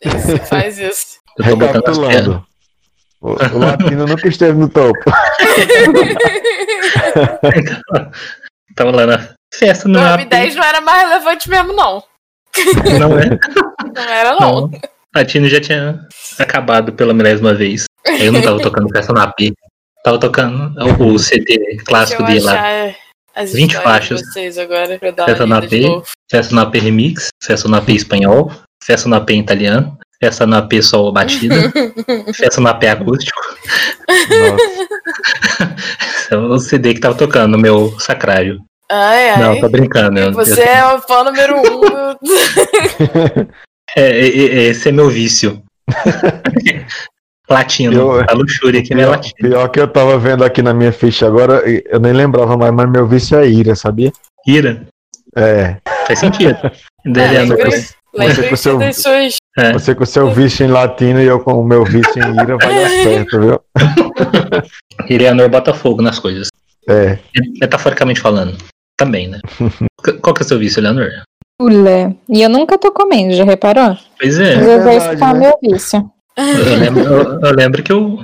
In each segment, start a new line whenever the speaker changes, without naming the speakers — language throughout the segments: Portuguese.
Você faz isso.
Eu tô botando as pernas.
Recapitulando. O, o latino nunca esteve no topo.
Tava lá na festa no rap.
2010 não era mais relevante mesmo, não.
Não é?
Não era, não.
Não. A Tina já tinha acabado pela milésima vez. Eu não tava tocando festa na P. Tava tocando o CD
Deixa
clássico
eu
dele lá.
achar as
20
histórias
faixas. é
de vocês agora pra eu dar
Festa
uma
na
lida de
P.
novo.
Festa na P remix, festa na P espanhol, festa na P italiano, festa na P só batida, festa na P acústico.
Nossa,
É o CD que tava tocando no meu sacrário.
Ai, ai.
Não, tô brincando. eu-
Ah, é, Você
eu-
é o fã número um. do-
É, é, é, esse é meu vício. latino.
Eu-
A luxúria aqui não é
pior,
latino.
pior que eu tava vendo aqui na minha ficha agora, e eu nem lembrava mais, mas meu vício é ira, sabia?
Ira.
É.
Faz sentido. Deliano,
lembrei.
você-
Lembrei
com seu-
das suas.
é.
Você com o seu vício em latino e eu com o meu vício em ira vai dar certo, viu?
Eleanor bota fogo é nas coisas.
É.
Metaforicamente falando. Também, né? Qu- Qual que é o seu vício, Eleanor?
Lula. E eu nunca tô comendo, já reparou?
Pois
Mas
é.
eu vou
verdade,
escutar
né?
meu vício.
Eu lembro, eu- eu lembro que o,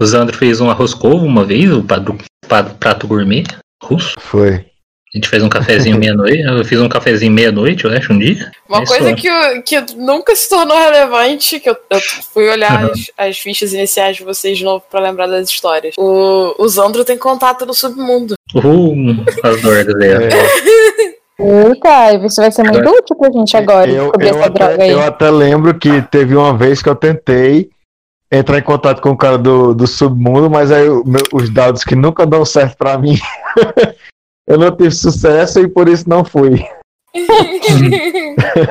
o Zandro fez um arroz couvo uma vez, o padro- pa- prato gourmet russo.
Foi.
A gente fez um cafezinho meia-noite. Eu fiz um cafezinho meia-noite, eu acho, um dia.
Uma
É
coisa
isso.
que, eu- que nunca se tornou relevante, que eu, eu fui olhar
Uhum.
as, as fichas iniciais de vocês de novo pra lembrar das histórias. O, o Zandro tem contato no submundo.
Uhul, as dorgas aí. ó.
É,
Eita, isso vai ser muito útil pra gente agora,
eu,
descobrir
eu
essa droga
até,
aí.
eu até lembro que teve uma vez que eu tentei entrar em contato com o cara do, do submundo, mas aí o meu- os dados que nunca dão certo pra mim, eu não tive sucesso e por isso não fui.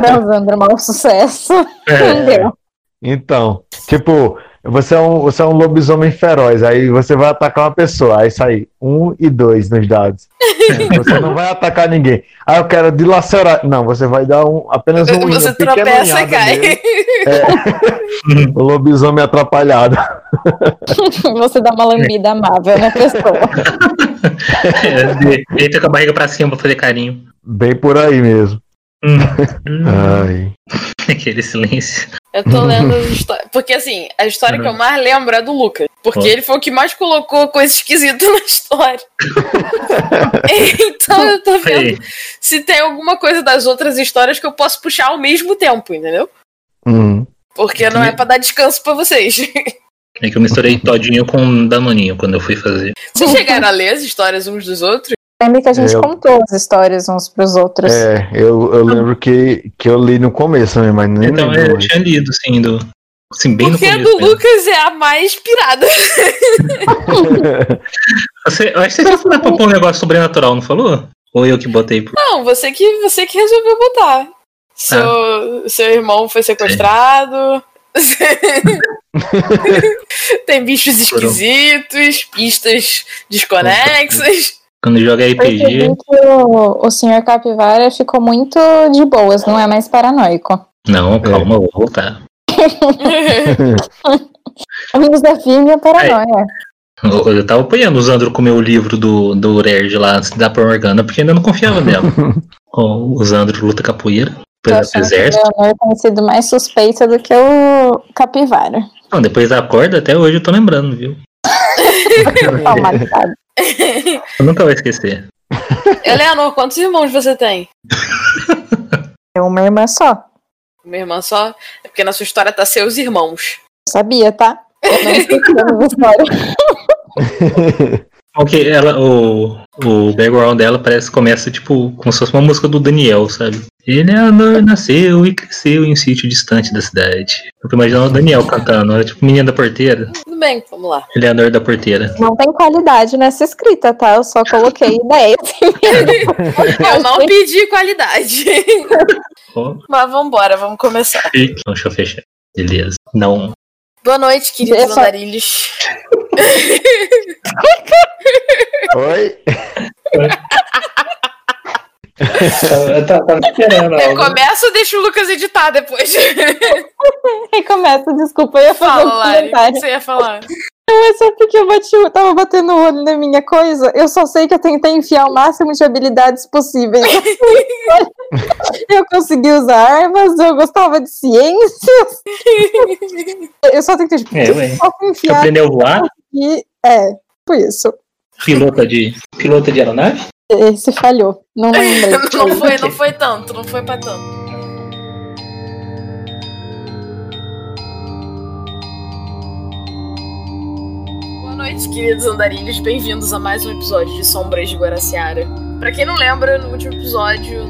Não, Zandra, mau sucesso.
É.
É,
Não deu.
Então, tipo, você é, um, você é um lobisomem feroz, aí você vai atacar uma pessoa, aí sai um e dois nos dados. Você não vai atacar ninguém. Ah, eu quero dilacerar. Não, você vai dar um, apenas um.
Você
uma pequena
tropeça e
unhada
cai.
nele. O lobisomem atrapalhado.
Você dá uma lambida amável na pessoa.
É, Deita com a barriga pra cima pra fazer carinho.
Bem por aí mesmo.
Hum. Hum.
Ai.
Aquele silêncio.
Eu tô lendo as histórias. Porque assim, a história que eu mais lembro é do Lucas. Porque
Uhum. Ó.
ele foi o que mais colocou coisa esquisita na história. então eu tô vendo
Aí,
se tem alguma coisa das outras histórias que eu posso puxar ao mesmo tempo, entendeu?
Hum.
Porque não
Uhum.
é pra dar descanso pra vocês.
é que eu misturei todinho com um danoninho quando eu fui fazer.
Vocês chegaram a ler as histórias uns dos outros?
Lembra que a gente
Eu-
contou as histórias uns pros outros.
É, eu, eu lembro que, que eu li no começo, né, mas nem
então
lembro.
eu
mais.
tinha lido, assim, do. Assim, bem
Porque
no
a
começo.
do
mesmo.
Lucas é a mais pirada.
Você, eu acho que você já falou pra pôr um negócio sobrenatural, não falou? Ou eu que botei por.
Não, você que, você que resolveu botar. Seu, seu irmão foi sequestrado. Tem bichos esquisitos, pistas desconexas.
Quando joga
Percebi
RPG.
que o, o senhor Capivara ficou muito de boas, não é mais paranoico.
Não, calma, eu vou voltar.
Amigos da firme é paranoia.
Eu, eu tava apoiando o Zandro com o meu livro do, do Urerd lá, antes da Pão Organa, porque ainda não confiava nela. o o Zandro luta capoeira,
Tô
pelo
achando que É o
É,
exército.
Leonor tem sido mais suspeita do que o Capivara.
Não, depois da corda, até hoje eu tô lembrando, viu?
Traumatizado.
Eu nunca vou esquecer.
Eleanor, quantos irmãos você tem?
É uma irmã só.
Minha irmã só? É porque na sua história tá seus irmãos.
Sabia, tá? Eu não sei o nome da história.
Ok, ela, o, o background dela parece que começa, tipo, como se fosse uma música do Daniel, sabe? Ele ah, não, nasceu e cresceu em um sítio distante da cidade. Eu tô imaginando o Daniel cantando, era tipo menina da porteira,
Tudo bem, vamos lá.
Eleanor da porteira.
Não tem qualidade nessa escrita, tá? Eu só coloquei assim 10.
É, Eu não pedi qualidade.
Ó,
Mas vambora, vamos começar.
e- então, deixa eu fechar. Beleza. Não.
Boa noite,
Eu
queridos
só-
andarilhos.
Oi?
Eu tava esperando
Eu começo ou deixo o Lucas editar depois?
E começa, desculpa, eu ia fazer
Fala,
um
Lari. O que
comentário.
você ia falar?
Mas só porque eu bati, eu tava batendo o olho na minha coisa, eu só sei que eu tentei enfiar o máximo de habilidades possíveis. eu consegui usar armas, eu gostava de ciências. Eu só tentei tipo,
É, ué.
só
Você
enfiar
aprendeu a voar?
e é, foi isso.
Pilota de. Pilota de aeronave?
Esse falhou. Não lembrei.
Não foi, não foi tanto, não foi pra tanto. Boa noite, queridos andarilhos. Bem-vindos a mais um episódio de Sombras de Guaraciara. Pra quem não lembra, no último episódio,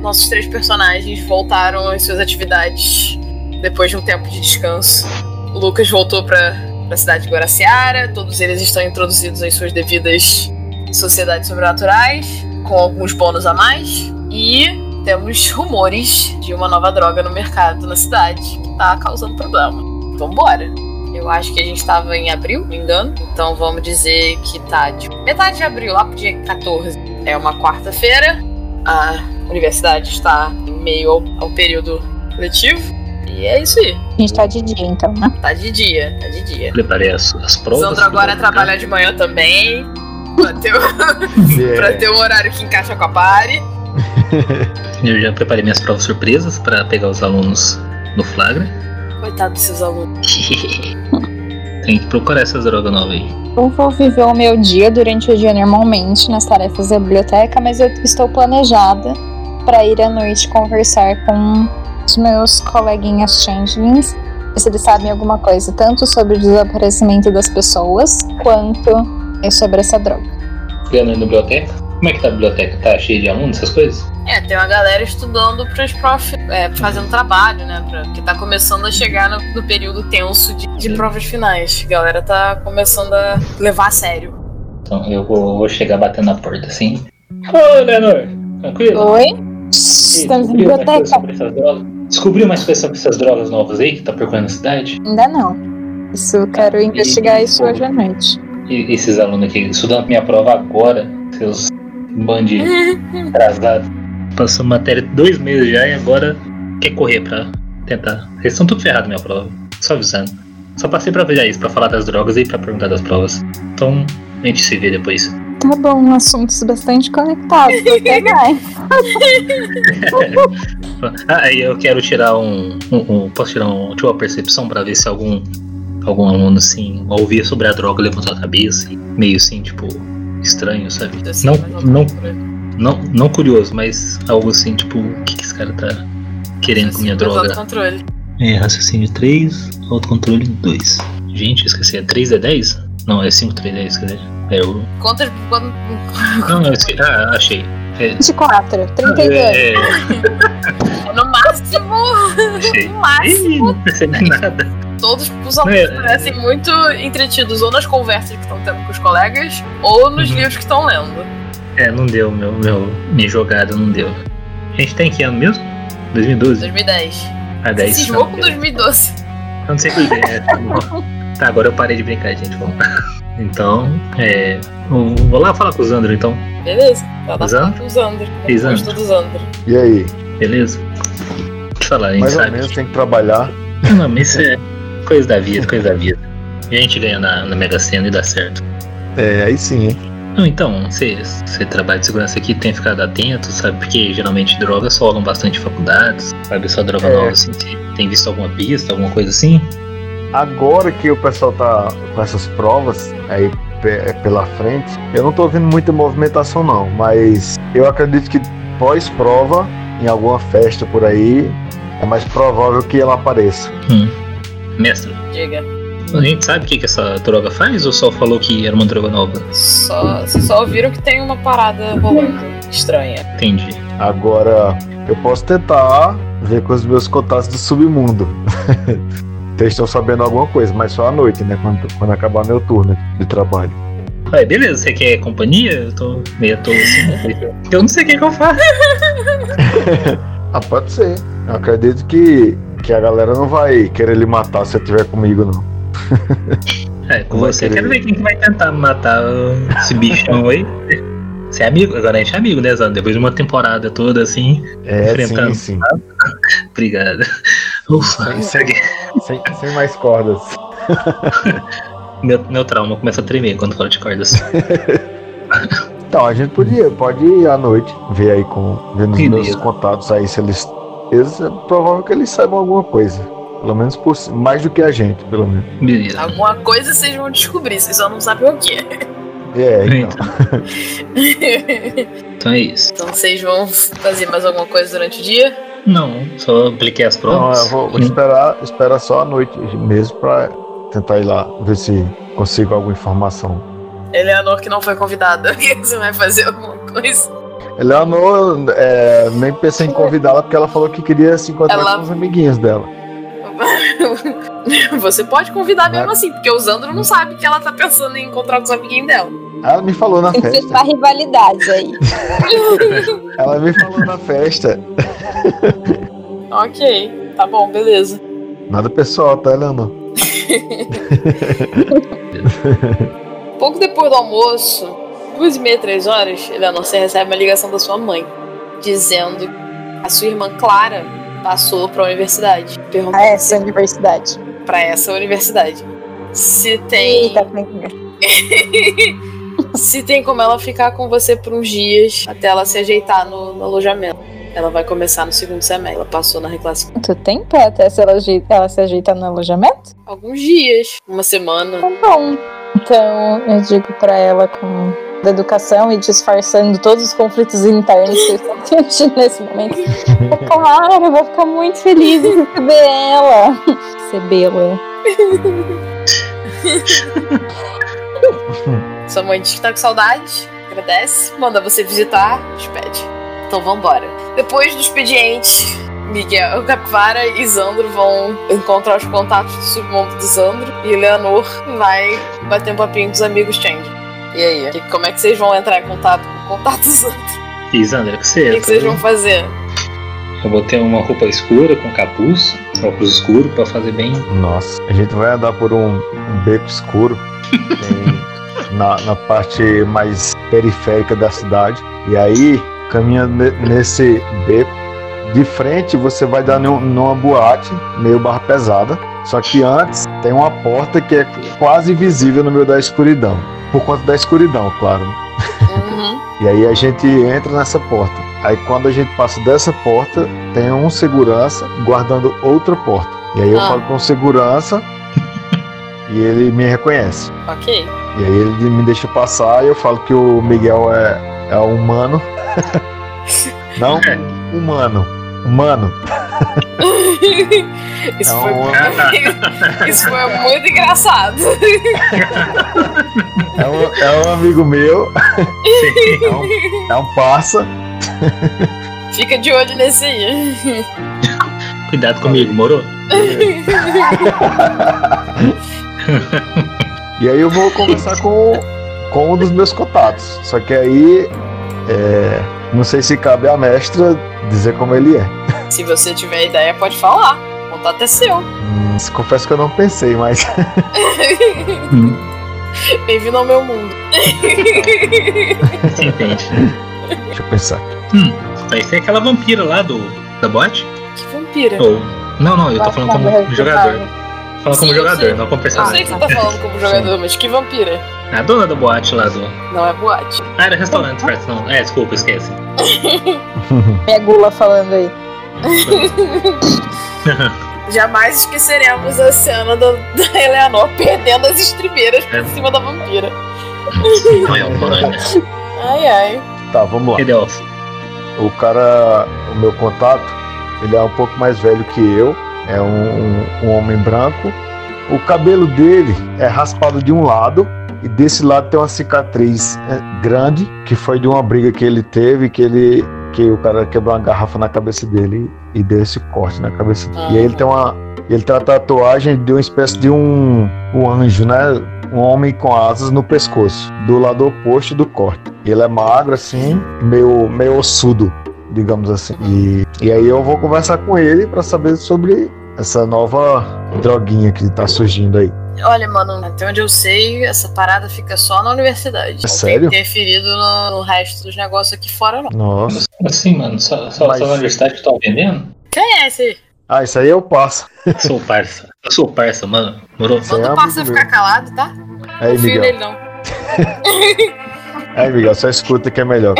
nossos três personagens voltaram às suas atividades depois de um tempo de descanso. O Lucas voltou pra, pra cidade de Guaraciara, todos eles estão introduzidos às suas devidas sociedades sobrenaturais, com alguns bônus a mais. E temos rumores de uma nova droga no mercado na cidade que tá causando problema. Então bora! Eu acho que a gente tava em abril, me engano. Então vamos dizer que tá de metade de abril, lá pro dia 14. É uma quarta-feira. A universidade está em meio ao, ao período letivo. E é isso aí.
A gente tá de dia, então, né?
Tá de dia, tá de dia.
Preparei as, as provas.
Sandro agora trabalha de manhã também. Pra ter,
É.
pra ter um horário que encaixa com a party.
Eu já preparei minhas provas surpresas pra pegar os alunos no flagra.
Coitado dos seus alunos.
Tem que procurar essas drogas novas aí.
Eu vou viver o meu dia durante o dia normalmente nas tarefas da biblioteca, mas eu estou planejada para ir à noite conversar com os meus coleguinhas changelings, se eles sabem alguma coisa, tanto sobre o desaparecimento das pessoas, quanto é sobre essa droga.
Ganhando na biblioteca? Como é que tá a biblioteca? Tá cheia de alunos, essas coisas?
É, tem uma galera estudando pros prof. É, fazendo trabalho, né? Pra, que tá começando a chegar no, no período tenso de, de provas finais. A galera tá começando a levar a sério.
Então eu vou, vou chegar batendo na porta assim. Ô, Leonor, tranquilo?
Oi? Estamos na
Descobriu mais coisas
biblioteca?
sobre essas drogas? Descobriu mais coisas sobre essas drogas novas aí que tá procurando na cidade?
Ainda não. Isso eu quero investigar isso hoje à noite.
E esses alunos aqui estudando minha prova agora, seus bandidos atrasados. Passou matéria dois meses já e agora quer correr pra tentar. Eles estão tudo ferrados minha prova, só avisando. Só passei pra ver isso, pra falar das drogas e pra perguntar das provas. Então, a gente se vê depois.
Tá bom, assuntos bastante conectados. Até mais.
Ah, e eu quero tirar um, um- um- Posso tirar um, tipo, uma percepção pra ver se algum algum aluno assim ouvia sobre a droga, levantou a cabeça, e meio assim, tipo, estranho, sabe?
assim,
Não, não,
né?
não, não curioso, mas algo assim, tipo, o que, que esse cara tá querendo com minha droga?
Assim, controle.
É, raciocínio 3, autocontrole 2. Gente, eu esqueci, é 3 é 10? Não, é 5, 3 é 10, quer dizer. É o.
Contra, quando,
Não, eu esqueci. Ah, achei. É,
24, 32.
é,
no máximo,
achei.
no
Ih,
máximo,
não percebi nada.
todos os alunos
É.
parecem muito entretidos ou nas conversas que estão tendo com os colegas ou nos
Uhum.
livros que estão lendo.
É, não deu, meu, meu, minha jogada não deu. A gente tem que ano mesmo? 2012?
2010.
Ah, 10.
Cismou
não
com
deu.
2012.
Eu não sei o que é. tá bom. Tá, agora eu parei de brincar, gente. Vamos. Então, é. eu Vou lá falar com o Zandro, então.
Beleza, ela tá
Usando?
falando com os Andros.
Usando.
Gosto dos Andros.
E aí?
Beleza? Deixa eu falar, a gente
Mais ou
sabe.
menos tem que trabalhar.
Não, mas isso é coisa da vida, coisa da vida. A gente ganha na, na Mega Sena e dá certo.
É, aí sim, hein?
Não, então, você você trabalha de segurança aqui, tem ficado atento, sabe? Porque geralmente drogas rolam bastante em faculdades, sabe? Só droga
É.
nova, assim, você tem visto alguma pista, alguma coisa assim?
Agora que o pessoal tá com essas provas aí pe- é pela frente, eu não tô vendo muita movimentação não, mas eu acredito que pós-prova, em alguma festa por aí, é mais provável que ela apareça.
Mestre,
Diga.
a gente sabe o que, que essa droga faz ou só falou que era uma droga nova?
Só, vocês só ouviram que tem uma parada rolando estranha.
Entendi.
Agora, eu posso tentar ver com os meus contatos do submundo. Vocês estão sabendo alguma coisa, mas só à noite, né? Quando, quando acabar meu turno de trabalho.
Ué, beleza, você quer companhia? Eu tô meio tolo assim. eu não sei o que, que eu faço.
Ah, pode ser. Eu acredito que, que a galera não vai querer lhe matar se eu tiver comigo, não.
É, com
Vai
você.
querer.
Quero ver quem que vai tentar matar o- esse bichão aí. Você é amigo? Agora a gente é amigo, né, Zano? Depois de uma temporada toda assim.
É,
Enfrentando.
sim, sim.
Obrigado. Ufa, é
Sem, sem- sem mais cordas.
Meu, meu trauma começa a tremer quando fala de cordas.
Então, a gente podia, pode ir à noite, ver aí com vendo os
Que
meus
beleza.
contatos aí se eles, eles é provável que eles saibam alguma coisa, pelo menos por ci- mais do que a gente, pelo menos.
Beleza.
Alguma coisa vocês vão descobrir, vocês só não sabem o que.
É, então.
Então, então é isso.
então vocês vão fazer mais alguma coisa durante o dia?
Não, só apliquei as
Não,
provas.
eu vou, vou esperar, esperar só a noite mesmo pra tentar ir lá ver se consigo alguma informação.
Eleanor que não foi convidada. Você vai fazer alguma coisa?
Eleanor, é, nem pensei em convidá-la porque ela falou que queria se encontrar
Ela-
com os amiguinhos dela.
Você pode convidar mesmo
Vai.
assim, porque o Zandro não sabe que ela tá pensando em encontrar com os amiguinhos dela.
Ela me falou na
Tem que
festa.
uma rivalidade aí.
Ela me falou na festa.
Ok, tá bom, beleza.
Nada pessoal, tá, Eleanor?
Pouco depois do almoço, duas e meia, três horas, Eleanor, você recebe uma ligação da sua mãe dizendo que a sua irmã Clara passou pra universidade. Perguntou
Ah, essa universidade.
pra essa universidade. Se tem.
Eita, como é que é?
Se tem como ela ficar com você por uns dias até ela se ajeitar no, no alojamento. Ela vai começar no segundo semestre. Ela passou na reclassificação
Tu tem pé até se ela, ajeita- ela se ajeita no alojamento?
alguns dias, uma semana.
Tá bom. Então eu digo pra ela com da educação e disfarçando todos os conflitos internos que eu estou sentindo nesse momento. É claro, eu vou ficar muito feliz em receber ela. Recebê-la.
Sua mãe diz que tá com saudade, agradece, manda você visitar, despede. Então vambora. Depois do expediente, Miguel, Capivara e Zandro vão encontrar os contatos do submundo do Zandro e Eleanor vai bater um papinho dos amigos Change. E aí, que- como é que vocês vão entrar em contato com o contato do Zandro?
E Zandra, o que você
O que que vocês vão fazer?
Eu botei uma roupa escura com capuz, óculos escuros pra fazer bem.
Nossa, a gente vai andar por um, um beco escuro tem- na, na parte mais periférica da cidade. E aí, caminhando ne- nesse beco, de frente você vai dar num- numa boate meio barra pesada. Só que antes tem uma porta que é quase visível no meio da escuridão. Por conta da escuridão, claro. né?
Uhum.
E aí a gente entra nessa porta. Aí quando a gente passa dessa porta, tem um segurança guardando outra porta. E aí eu
Ah.
falo com o segurança e ele me reconhece.
Ok.
E aí ele me deixa passar e eu falo que o Miguel é, é humano. Não, humano. Humano.
Isso,
É
foi... Isso foi muito engraçado.
É um, é um amigo meu, é um, é um parça.
Fica de olho nesse aí.
Cuidado comigo, moro?
E aí eu vou conversar com, com um dos meus contatos. Só que aí. é, não sei se cabe à mestra dizer como ele é.
Se você tiver ideia, pode falar. O contato é seu.
Hum, confesso que eu não pensei, mas. Hum.
Bem-vindo ao meu mundo.
Você entende?
Deixa eu pensar.
Aí tem aquela vampira lá do da bot?
Que vampira.
Ou. Não, não,
Tá
eu tô falando como jogador.
Sim,
Falando como
eu sei.
jogador, não como
Ah,
Eu sei
personagem.
que você tá falando como jogador, mas que vampira?
A dona da boate lá do.
Não é boate.
Ah, era restaurante, parece não. É, desculpa, esquece.
Minha gula falando aí.
Jamais esqueceremos a cena da, da Eleanor perdendo as estribeiras
É.
por cima da vampira.
Não é o é Polônia.
Ai, ai.
tá, vamos lá.
Cadê o Alfa?
O cara, o meu contato, ele é um pouco mais velho que eu. É um, um- um homem branco. O cabelo dele é raspado de um lado. E desse lado tem uma cicatriz é, grande, que foi de uma briga que ele teve, que ele. Que o cara quebrou uma garrafa na cabeça dele e deu esse corte na cabeça dele. E aí ele tem uma. Ele tem uma tatuagem de uma espécie de um, um anjo, né? Um homem com asas no pescoço, do lado oposto do corte. Ele é magro, assim, meio, meio ossudo, digamos assim. E, e aí eu vou conversar com ele pra saber sobre essa nova droguinha que tá surgindo aí.
Olha, mano, até onde eu sei, essa parada fica só na universidade.
É sério?
Não tem interferido no, no resto dos negócios aqui fora, não.
Nossa.
Assim, mano, só,
só- Mas- só na
universidade que tá vendendo?
Quem é esse?
Ah, isso aí eu passo.
Sou parça. Eu sou parça, mano. Morou?
Você é
Manda o parça
amigo
ficar calado, tá?
Aí,
confio
Miguel.
nele, não.
Aí, Miguel, só escuta que é melhor.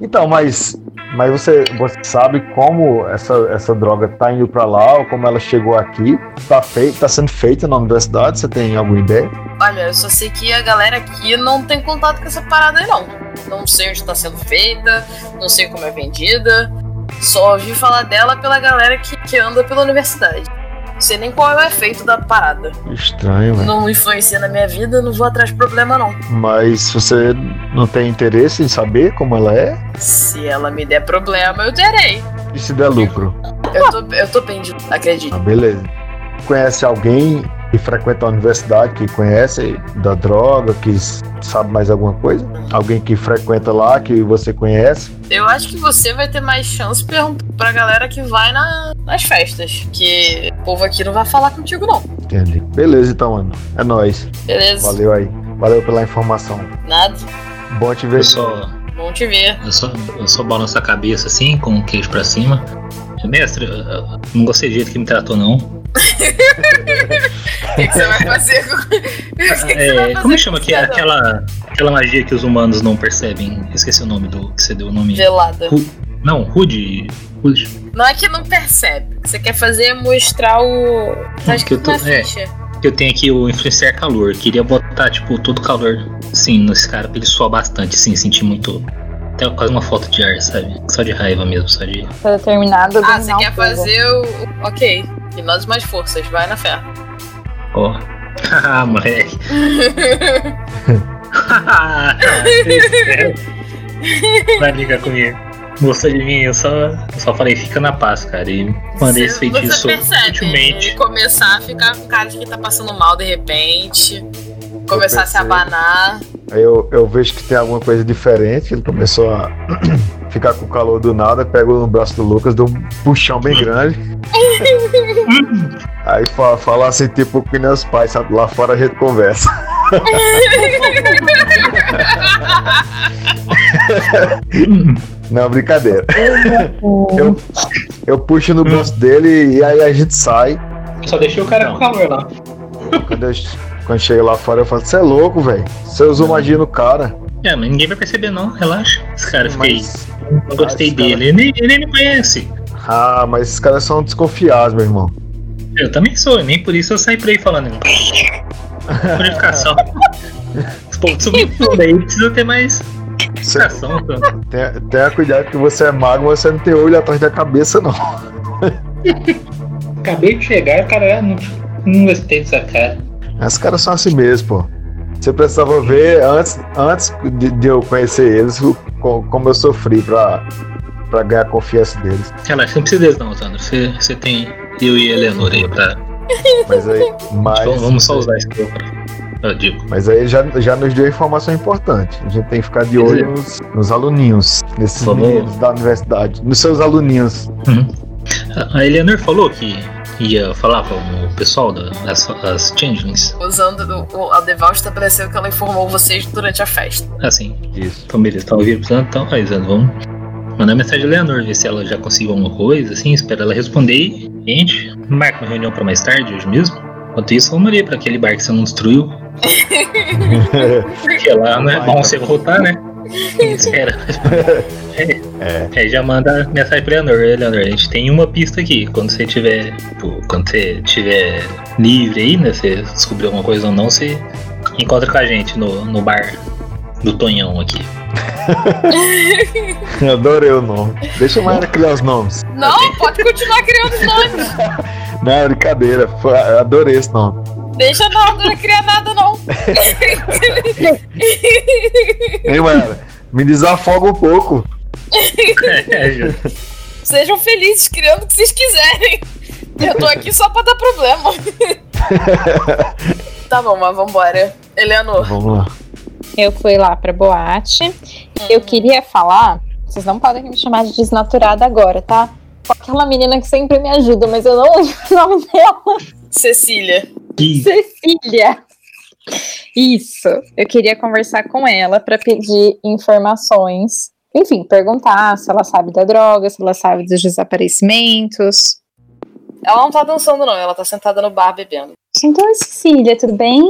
então, mas, mas você, você sabe como essa, essa droga tá indo pra lá, ou como ela chegou aqui? Tá, fei- tá sendo feita na universidade? Você tem alguma ideia?
Olha, eu só sei que a galera aqui não tem contato com essa parada aí, não. Não sei onde tá sendo feita, não sei como é vendida. Só ouvi falar dela pela galera que, que anda pela universidade. Não sei nem qual é o efeito da parada.
Estranho, velho.
Não influencia na minha vida, não vou atrás de problema, não.
Mas você não tem interesse em saber como ela é?
Se ela me der problema, eu terei.
E se der lucro?
Eu tô, eu tô pendido, acredito.
Ah, beleza. Conhece alguém que frequenta a universidade, que conhece da droga, que s- sabe mais alguma coisa? Alguém que frequenta lá, que você conhece?
Eu acho que você vai ter mais chance pergun- pra galera que vai na- nas festas. Que o povo aqui não vai falar contigo, não.
Entendi. Beleza, então, Ana. É nóis.
Beleza?
Valeu aí. Valeu pela informação.
Nada.
Bom te ver.
Eu só,
Bom te ver.
eu só, eu só balanço a cabeça assim, com o queixo pra cima. Mestre, eu- eu não gostei do jeito que me tratou, não.
O que, que você vai fazer com. O que, que você vai
É,
fazer
como
com
chama
esse
que é
cidadão?
aquela, aquela magia que os humanos não percebem? Esqueci o nome do que você deu o nome.
Velada.
Não, Rude. Rude.
Não é que não percebe. O que você quer fazer é mostrar o. Tá
Hum, que eu
escrito
tô-
na
é.
ficha.
Eu tenho aqui o influenciar calor. Queria botar, tipo, todo o calor, sim, nesse cara pra ele suar bastante, sim, sentir muito. Até quase uma falta de ar, sabe? Só de raiva mesmo, só de.
Tá Determinado
Ah,
dominar
você
o
quer
fogo.
fazer o. o- Ok. E nós mais forças, vai na fé.
Ó. Haha, moleque. Vai ligar comigo. Gostou de mim? Eu só, eu só falei, fica na paz, cara. E mandei esse
Você-
feitiço
Você percebe ele
sutilmente.
começar a ficar com cara de que tá passando mal de repente. Começar a se
percebo.
abanar.
Aí eu, eu vejo que tem alguma coisa diferente. Ele começou a ficar com calor do nada. Pego no braço do Lucas, dou um puxão bem grande. Aí fala, fala assim, tipo, que nem os pais, sabe? Lá fora a gente conversa. Não, brincadeira.
Hum.
Eu, eu puxo no bolso dele e aí a gente sai.
né?
Só deixei o cara com calor lá.
Quando, eu, quando chega lá fora, eu falo: Você é louco, velho. Você usou magia no cara.
É, mas ninguém vai perceber, não. Relaxa. Esse cara fica aí.
Mas,
Não gostei
esse cara-
dele. Ele, ele nem me conhece.
ah, mas esses caras são desconfiados, meu irmão.
Eu também sou, nem por isso eu saí por aí falando. Qualificação. Os povos subiram tudo aí, precisa ter mais
Você,
educação. cara.
tenha, tenha cuidado que você é mago, mas você não tem olho atrás da cabeça, não.
Acabei de chegar e o cara ah, não, não gostei dessa cara.
Esses caras são assim mesmo, pô. Você precisava ver antes, antes de, de eu conhecer eles o- co- como eu sofri pra, pra ganhar a confiança deles.
Relaxa, não precisa disso não, Sandro. Você, você tem eu e a Eleanor aí pra.
Mas aí,
Então
mas,
vamos só usar esse teu pra. Eu digo.
mas aí já, já nos deu informação importante. A gente tem que ficar de olho nos, nos aluninhos, nesses
Vamos-
meninos da universidade, nos seus aluninhos.
A- A Eleanor falou que ia falar com o pessoal da- das, das Changelings.
Usando. O, a Deval estabeleceu que ela informou vocês durante a festa.
Assim,
Isso.
Então, beleza, tá ouvindo precisando, então, aí, Zé, vamos mandar mensagem a Leonor, ver se ela já conseguiu alguma coisa, assim, espera ela responder e, gente, marca uma reunião pra mais tarde, hoje mesmo. Enquanto isso, vamos ali pra aquele bar que você não destruiu, porque lá não é
Vai,
bom
então.
você voltar, né? Espera.
É.
Aí já manda mensagem pra Leonor, "Ei, Leonor, a gente tem uma pista aqui, quando você tiver, tipo, quando você tiver livre aí, né, você descobrir alguma coisa ou não, você encontra com a gente no, no bar do Tonhão aqui.
Adorei o nome. Deixa eu mais criar os nomes.
Não, pode continuar criando os nomes.
Não, é brincadeira. Foi- Adorei esse nome.
Deixa não, não criar nada, não.
Ei, mano, me desafoga um pouco.
É, Ju.
Sejam felizes criando o que vocês quiserem. Eu tô aqui só pra dar problema. tá bom, mas vambora. Eleanor,
Vamos lá.
Eu fui lá pra boate. Eu queria falar. Vocês não podem me chamar de desnaturada agora, tá? Com aquela menina que sempre me ajuda, mas eu não lembro o nome dela.
Cecília.
Ih,
Cecília. Isso. Eu queria conversar com ela para pedir informações. Enfim, perguntar se ela sabe da droga, se ela sabe dos desaparecimentos.
Ela não tá dançando, não. Ela tá sentada no bar bebendo.
Então, Cecília, tudo bem?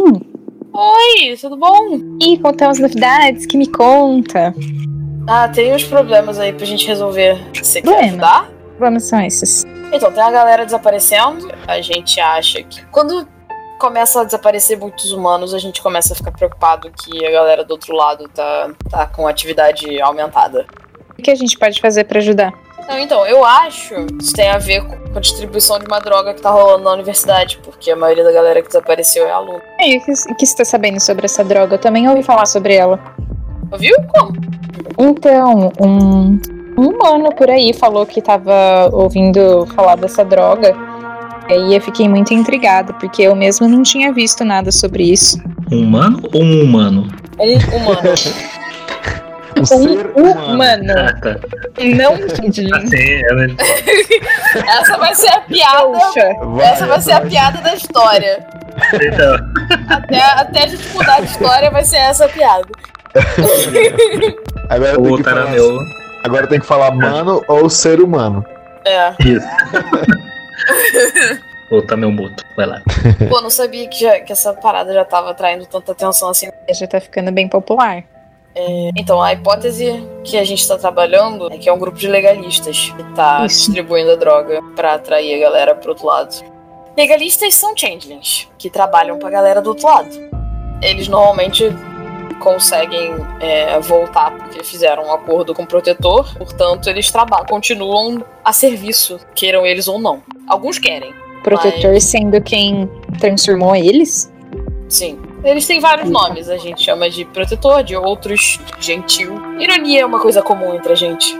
Oi, tudo bom?
E contar é as novidades que me conta.
Ah, tem uns problemas aí pra gente resolver. Você quer
Problema.
ajudar?
Vamos são esses.
Então, tem a galera desaparecendo. A gente acha que. Quando começa a desaparecer muitos humanos, a gente começa a ficar preocupado que a galera do outro lado tá, tá com atividade aumentada.
O que a gente pode fazer pra ajudar?
Não, então, eu acho que isso tem a ver com com a distribuição de uma droga que tá rolando na universidade, porque a maioria da galera que desapareceu é aluno.
É, E o que, o que você tá sabendo sobre essa droga? Eu também ouvi falar sobre ela.
Ouviu? Como?
Então, um, um humano por aí falou que tava ouvindo falar dessa droga. E aí eu fiquei muito intrigada, porque eu mesmo não tinha visto nada sobre isso.
Um humano ou um humano?
Um humano.
Um ser
um
humano.
humano,
Ah, tá.
não Kidlin.
Assim, ela-
Essa vai ser a piada.
Poxa,
Vai,
Essa vai ser a piada da história.
então,
Até, até a gente mudar de história vai ser essa a piada.
Agora tem,
o
que falar,
Tarameu.
agora tem que falar mano ou ser humano.
É.
Isso. Vou botar meu muto. Vai lá.
Pô, não sabia que, já- que essa parada já tava atraindo tanta atenção assim.
já tá ficando bem popular.
Então, a hipótese que a gente tá trabalhando é que é um grupo de legalistas que tá
Isso.
distribuindo a droga pra atrair a galera pro outro lado. Legalistas são changelings, que trabalham pra galera do outro lado. Eles normalmente conseguem é, voltar porque fizeram um acordo com o protetor, portanto, eles trabalham, continuam a serviço, queiram eles ou não. Alguns querem.
Protetor sendo quem transformou eles?
Sim. Eles têm vários nomes, a gente chama de protetor, de outros, de gentil. Ironia é uma coisa comum entre a gente.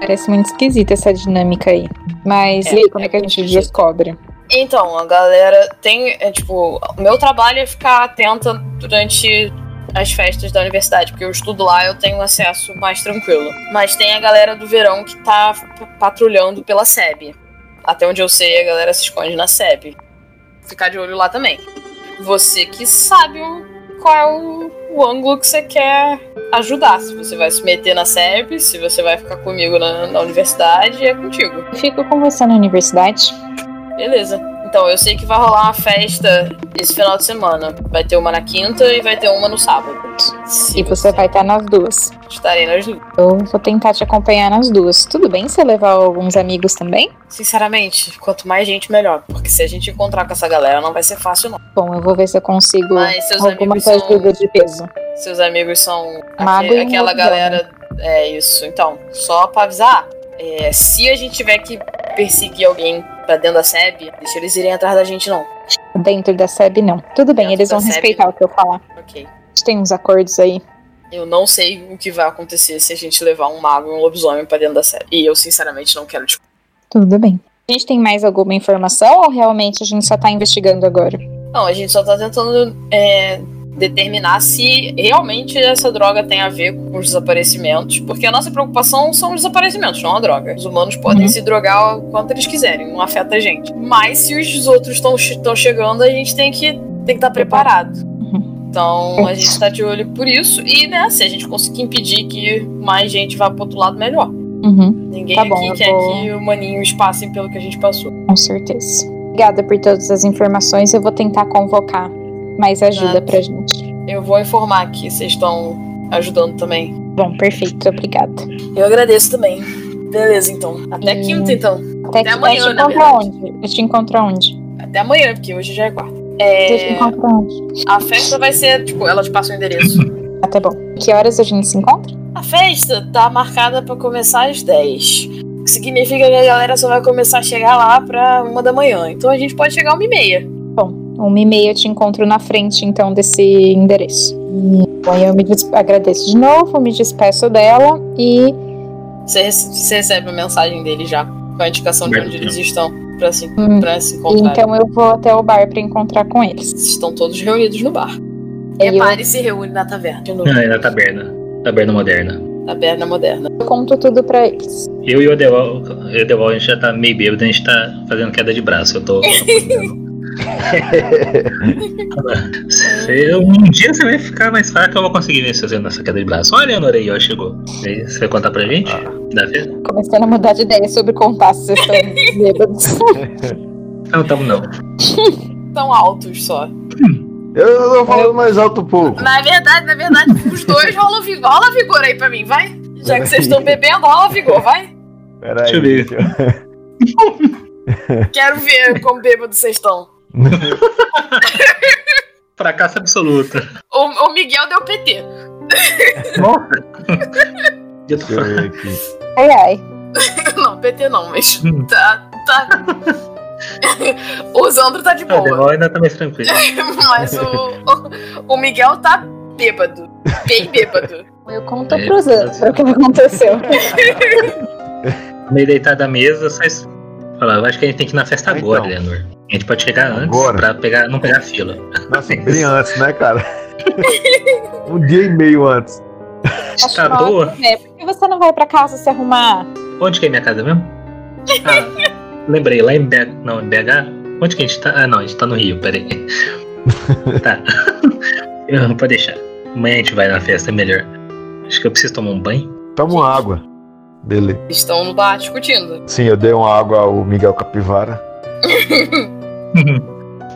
Parece muito esquisita essa dinâmica aí. Mas
É,
e aí, como
é
é que a
muito
gente
esquisito.
descobre?
Então, a galera tem. É, tipo, o meu trabalho é ficar atenta durante as festas da universidade, porque eu estudo lá eu tenho acesso mais tranquilo. Mas tem a galera do verão que tá p- patrulhando pela SEB. Até onde eu sei, a galera se esconde na SEB. Ficar de olho lá também. Você que sabe o- qual é o, o ângulo que você quer ajudar. Se você vai se meter na SEB, se você vai ficar comigo na- na universidade, é contigo.
Eu fico com você na universidade.
Beleza. Então, eu sei que vai rolar uma festa esse final de semana. Vai ter uma na quinta e vai ter uma no sábado. Se
E você vai estar nas duas.
Estarei nas duas.
Eu vou tentar te acompanhar nas duas. Tudo bem se eu levar alguns amigos também?
Sinceramente, quanto mais gente, melhor. Porque se a gente encontrar com essa galera, não vai ser fácil, não.
Bom, eu vou ver se eu consigo
Mas seus
alguma
amigos
coisa
são...
de peso.
Seus amigos são... aque-
Mago e né?
aquela
lobisomem.
galera... É isso. Então, só pra avisar. é, se a gente tiver que perseguir alguém pra dentro da SEB, deixa eles irem atrás da gente, não.
Dentro da SEB, não. Tudo bem,
Dentro
eles
da
vão
SEB,
respeitar
não.
o que eu falar.
Ok.
A gente tem uns acordos aí.
Eu não sei o que vai acontecer se a gente levar um mago e um lobisomem pra dentro da série. E eu, sinceramente, não quero discutir.
Tudo bem. A gente tem mais alguma informação ou realmente a gente só tá investigando agora?
Não, a gente só tá tentando é, determinar se realmente essa droga tem a ver com os desaparecimentos. Porque a nossa preocupação são os desaparecimentos, não a droga. Os humanos podem
Uhum.
se drogar o quanto eles quiserem, não afeta a gente. Mas se os outros estão chegando, a gente tem que estar tem que tá preparado. Então a gente tá de olho por isso. E, né, se a gente conseguir impedir que mais gente vá pro outro lado, melhor.
Uhum,
Ninguém
Tá bom, eu
aqui quer
vou-
que o maninhos passem pelo que a gente passou.
com certeza. Obrigada por todas as informações. Eu vou tentar convocar mais ajuda
Nada.
pra gente.
Eu vou informar que vocês estão ajudando também.
Bom, perfeito. Obrigada.
Eu agradeço também. Beleza, então. Até
E-
quinta, então.
Até, que-
amanhã,
eu te
na
encontro
verdade.
onde? Eu te encontro onde?
Até amanhã, porque hoje já é quarta.
Eu te
É,
encontro onde?
a festa vai ser, tipo, ela te passa o endereço.
Ah, tá bom. Que horas a gente se encontra?
A festa tá marcada pra começar às 10. O que significa que a galera só vai começar a chegar lá pra uma da manhã. Então a gente pode chegar uma e meia.
Uma e meia eu te encontro na frente, então, desse endereço. E, bom, eu me des- agradeço de novo, me despeço dela e
Você, rece- você recebe a mensagem dele já, com a indicação de onde eles estão, pra se,
Hum.
pra se encontrar.
então eu vou até o bar pra encontrar com eles.
Vocês estão todos reunidos no bar.
E
É, E
eu-
Mari se reúne na taverna. De novo,
Ah, é na taberna. Taberna moderna.
taverna moderna.
Eu conto tudo pra eles.
Eu e o Adewal, eu e o Adewal, a gente já tá meio bêbado, a gente tá fazendo queda de braço. Eu tô. Se- um dia você vai ficar mais fraco, eu vou conseguir vencer você nessa queda de braço. Olha, Leonor aí, ó, chegou. E aí, Você vai contar pra gente? Da festa?
Começando a mudar de ideia sobre contar se vocês estão bêbados.
Não, tamo não.
tão altos só.
Eu tô falando mais alto um pouco.
Na verdade, na verdade, os dois rolam vigor. Rola vigor aí pra mim, vai. Já que vocês estão bebendo, rola vigor, vai.
Pera
Deixa
aí.
eu ver.
deixa
Quero ver como bêbado vocês estão.
Fracasso absoluta.
O, o Miguel deu PT.
Nossa. Eu tô
eu
fraco.
ver aqui.
Ai, ai.
Não, PT não, mas
Hum.
tá. tá... o Zandro tá de
Ah,
boa.
Demol ainda tá mais tranquilo.
Mas o, o, o Miguel tá bêbado. Bem bêbado.
Eu conto
É, Tá
pros outros o que aconteceu.
Meio deitado à mesa, sai. Fala, eu acho que a gente tem que ir na festa
Então.
agora, Eleanor. A gente pode chegar antes
Agora?
pra pegar, não pegar fila.
Nossa, bem antes, né, cara? um dia e meio antes.
Acho
Tá
uma
boa?
ótima ideia. Por que você não vai pra casa se arrumar?
Onde que é minha casa mesmo? Ah, lembrei, lá em BH. Não, em BH? Onde que a gente tá? Ah, não, a gente tá no Rio, peraí. tá. Eu não pode deixar. Amanhã a gente vai na festa, é melhor. Acho que eu preciso tomar um banho.
Toma uma água. Beleza.
Estão no bar discutindo.
Sim, eu dei uma água ao Miguel Capivara.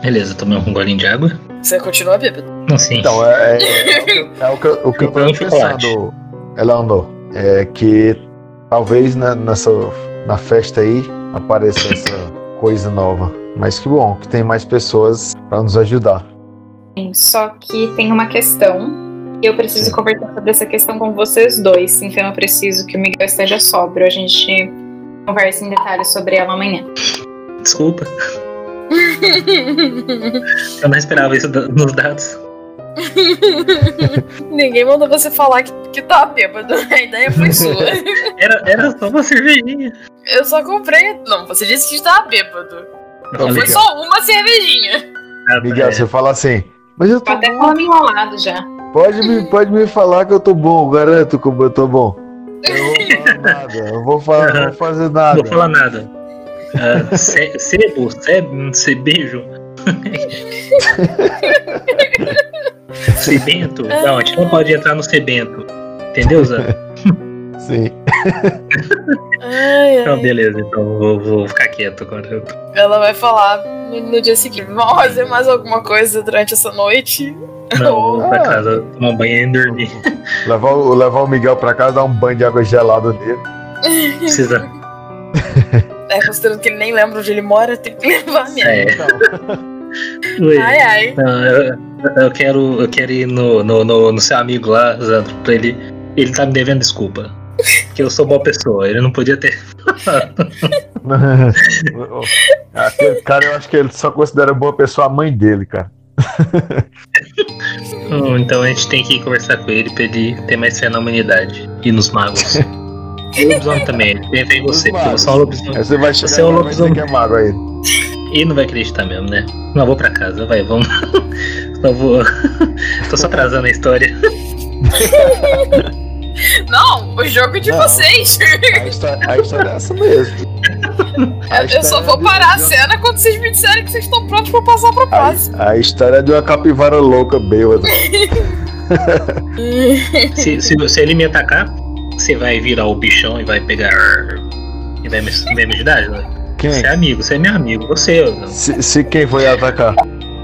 Beleza, tomei um golinho de água.
Você continua bêbado.
Não, sim.
Então, é, é- é o que, eu- o que eu
Então,
tava
chocolate.
pensando, Eleanor, é que talvez na, nessa, na festa aí apareça essa coisa nova. Mas que bom, que tem mais pessoas pra nos ajudar.
Só que tem uma questão. E eu preciso conversar sobre essa questão com vocês dois. Então eu preciso que o Miguel esteja sóbrio. A gente conversa em detalhes sobre ela amanhã.
é-
Desculpa, eu não esperava isso da- nos dados.
Ninguém mandou você falar que, que tá bêbado. A ideia foi sua.
Era, era só uma cervejinha.
Eu só comprei. Não, você disse que estava bêbado.
Eu
Então,
falei,
Foi
Miguel.
só uma cervejinha.
ah,
Miguel,
é,
você fala assim, mas eu
Tô
tô
até
bom.
falando enrolado já.
Pode me, pode me falar que eu tô bom, garanto que eu tô bom. Eu não vou falar nada, eu não vou falar, não vou fazer
não
nada.
vou falar nada. Ah, ce- Sebo, sebo, cebejo. Sebento? Não, a gente não pode entrar no sebento. Entendeu, Zé?
Sim.
Ai,
Então, beleza, então vou, vou ficar quieto agora.
Ela vai falar no, no dia seguinte. Vamos fazer mais alguma coisa durante essa noite?
Não, vou pra
Ah.
casa, tomar um banho e dormir.
Levar o, levar o Miguel pra casa, dar um banho de água gelada nele.
Precisa.
É, considerando que ele nem lembra onde ele mora, tem que levar mesmo.
É.
Então,
Ui.
Ai, ai.
Não, eu, eu quero, eu quero ir no, no, no, no seu amigo lá, Zandro, pra ele. Ele tá me devendo desculpa. Que eu sou boa pessoa, ele não podia ter.
Aquele cara, eu acho que ele só considera boa pessoa a mãe dele, cara.
Hum, então a gente tem que ir conversar com ele pra ele ter mais fé na humanidade e nos magos. E o lobisomem também, ele deve ver em você, porque você é um lobisomem.
Aí você vai
Você é
chegar
um
lá, vai dizer
lobisomem.
que é mago aí.
Ele não vai acreditar mesmo, né? Não, vou pra casa, vai, vamos. Só vou. Tô só atrasando a história.
Não, o jogo é de
Não.
vocês.
A história, a história é essa mesmo. A
Ah,
Eu, eu só
história é
vou
de-
parar a
de-
cena quando vocês me disserem que vocês estão prontos pra passar pra próxima.
A, a história é de uma capivara louca bêbada.
Se, se, se ele me atacar, você vai virar o bichão e vai pegar. E vai me, vai me ajudar, João?
Quem?
Você é amigo, você é meu amigo, você. eu-
Se, se quem foi atacar?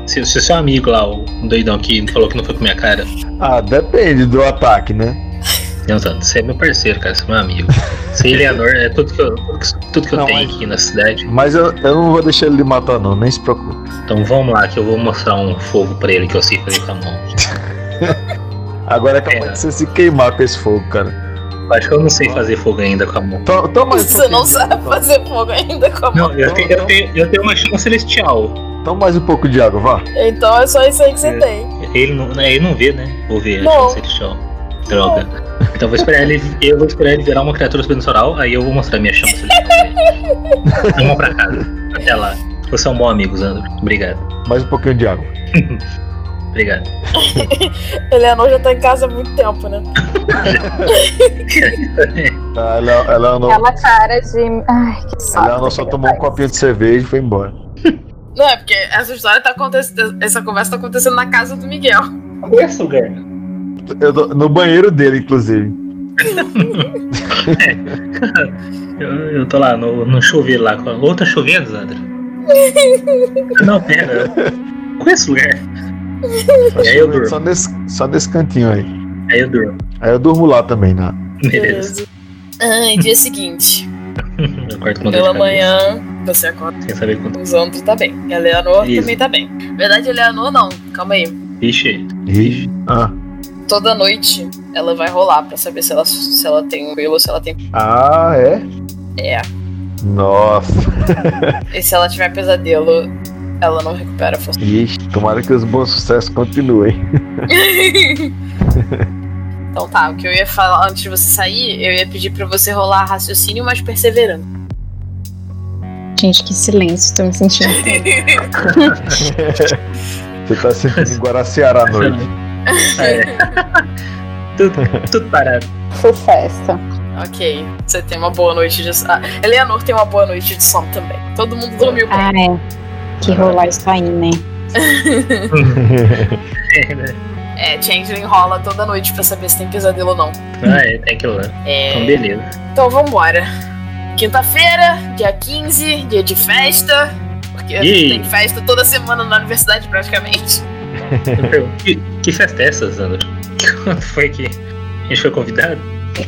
Se, se o seu amigo lá, o doidão que falou que não foi com minha cara,
Ah, depende do ataque, né?
não, tanto, você é meu parceiro, cara, você é meu amigo. Se ele é Nor, é tudo que eu, tudo que, tudo que eu
Não,
tenho
mas-
aqui na cidade.
Mas eu, eu não vou deixar ele lhe matar, não, nem se preocupe.
Então vamos lá, que eu vou mostrar um fogo pra ele que eu sei fazer com a mão.
Agora é capaz
É.
de você se queimar com esse fogo, cara.
Eu Acho que eu não sei fazer fogo ainda com a mão.
To- Toma mais um
Você não
pouquinho de-
sabe fazer fogo ainda com a mão.
Não, então, eu tenho, eu tenho, eu tenho uma chama celestial.
Toma mais um pouco de água, vá.
Então é só isso aí que você
É.
tem.
Ele não, né, ele não vê, né? Vou ver a
Não.
chama celestial. Droga. Então eu vou esperar ele. Eu vou esperar ele virar uma criatura sobrenatural, aí eu vou mostrar minha chama celestial. pra ele. Vamos pra casa. Até lá. Você é um bom amigo, Zandro. Obrigado.
Mais um pouquinho de água.
Obrigado.
Eleanor já tá em casa há muito tempo, né?
Ah, ela, ela, não, ela,
Aquela cara de. Ai, que saco.
não só tomou um copinho de cerveja e foi embora.
Não, é porque essa história tá acontecendo. Essa conversa tá acontecendo na casa do Miguel.
Conheço o lugar.
Eu tô- no banheiro dele, inclusive.
Eu, eu tô lá no, no chuveiro lá. com a- Ou tá chovendo, Zandra? Não, pera. Conheço o lugar. E aí eu durmo.
Só nesse, só nesse cantinho aí.
Aí eu durmo.
Aí eu durmo lá também, né?
Beleza.
Ah, e dia seguinte,
Eu quarto com dor de
pela
cabeça,
manhã, você acorda.
Sem saber quanto.
Os outros tá bem. E a Leonor
Isso.
também tá bem. Na verdade, a Leonor não. Calma aí.
Vixe.
Ixi. Ah.
Toda noite ela vai rolar pra saber se ela, se ela tem um pelo ou se ela tem.
ah, é?
É.
Nossa.
E se ela tiver pesadelo, ela não recupera a força.
Ixi. Tomara que os bons sucessos continuem.
Então tá, o que eu ia falar antes de você sair, eu ia pedir pra você rolar raciocínio, mas perseverando.
Gente, que silêncio, tô me sentindo.
Você tá sentindo em Guaraciara à noite.
Ah, é. tudo, tudo parado.
Sucesso.
ok. Você tem uma boa noite de sono. Ah, Eleanor tem uma boa noite de sono também. Todo mundo dormiu bem.
Ah, é. Que rolar isso aí, né?
É, né?
É, Changeling rola toda noite pra saber se tem pesadelo ou não.
Ah, é, tem aquilo lá. Então,
É.
beleza.
Então vambora. Quinta-feira, dia 15, dia de festa. Porque
Ih.
tem festa toda semana na universidade praticamente.
Eu pergunto, que, que festa é essa, Sandro? Quando foi que a gente foi convidado?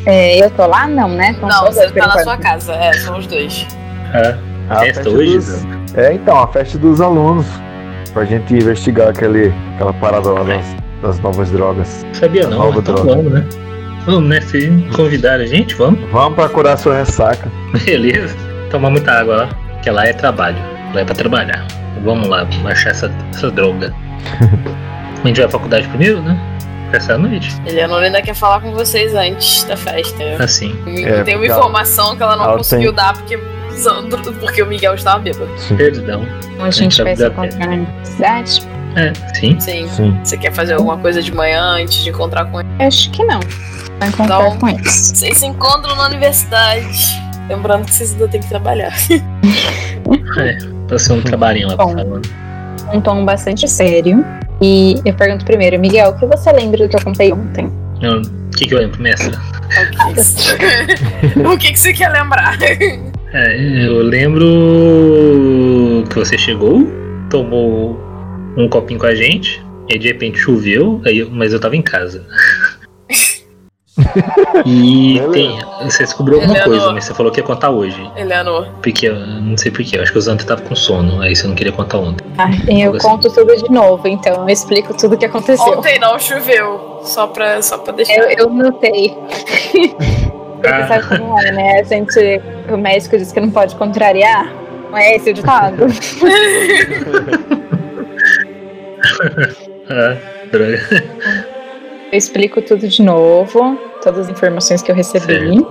É, eu tô lá? Não, né? Então
Não,
sou
você
eu que
tá na
pergunto.
sua casa. É, são os dois.
Ah,
A
festa
festa
hoje,
dos-
Sandro?
É, então, a festa dos alunos. Pra gente investigar aquele, aquela parada lá das, das novas drogas.
Não sabia não,
Nova
mas então
droga.
vamos, né? Vamos, né? Se convidaram a gente, vamos?
Vamos pra curar sua ressaca.
Beleza. Tomar muita água lá, porque lá é trabalho. Lá é pra trabalhar. Vamos lá, achar essa, essa droga. a gente vai à faculdade primeiro, né? Essa noite?
Eleanor ainda quer falar com vocês antes da festa.
Assim.
É,
tem uma
porque ela-
informação que ela não
ela
conseguiu
tem-
dar porque, Sandro, porque o Miguel estava bêbado.
Sim.
Perdão.
A gente vai se
Sabe da
encontrar na universidade?
É, sim.
Sim.
Sim.
Você quer fazer alguma coisa de manhã antes de encontrar com ele?
Acho que não. Vou encontrar
Então-
com eles.
Vocês se encontram na universidade. Lembrando que vocês ainda têm que trabalhar.
Pra ser um trabalhinho lá,
Bom.
por favor.
Um tom bastante sério. E eu pergunto primeiro, Miguel, o que você lembra do que eu contei ontem?
Eu- O que, que eu lembro, mestre?
o que, que você quer lembrar?
É, eu lembro que você chegou, tomou um copinho com a gente, e aí de repente choveu, aí eu- mas eu tava em casa. e
Beleza.
tem, você descobriu alguma
Beleza.
coisa, mas você falou que ia contar hoje.
Eleanor,
Porque eu não sei porquê, eu acho que o Xander tava com sono, aí você não queria contar ontem.
Ah, eu
Algo assim.
conto tudo de novo, então eu explico tudo o que aconteceu.
Ontem não choveu, só pra, só pra deixar.
Eu, eu notei. Porque
Ah.
sabe como é, né? A gente, o médico diz que não pode contrariar. Não é esse o ditado?
Ah, droga.
Eu explico tudo de novo, todas as informações que eu recebi.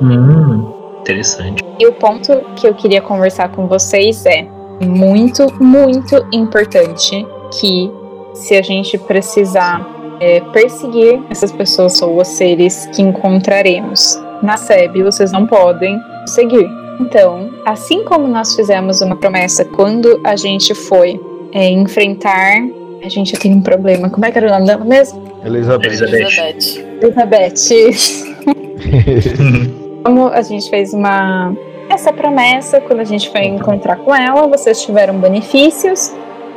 Hum, interessante.
E o ponto que eu queria conversar com vocês é muito, muito importante que se a gente precisar é, perseguir essas pessoas ou seres que encontraremos na SEB, vocês não podem seguir. Então, assim como nós fizemos uma promessa quando a gente foi é, enfrentar. A gente tem um problema. Como é que era o nome dela mesmo?
Elizabeth.
Elizabeth.
Elizabeth.
Elizabeth. Como a gente fez uma essa promessa, quando a gente foi encontrar com ela, vocês tiveram benefícios.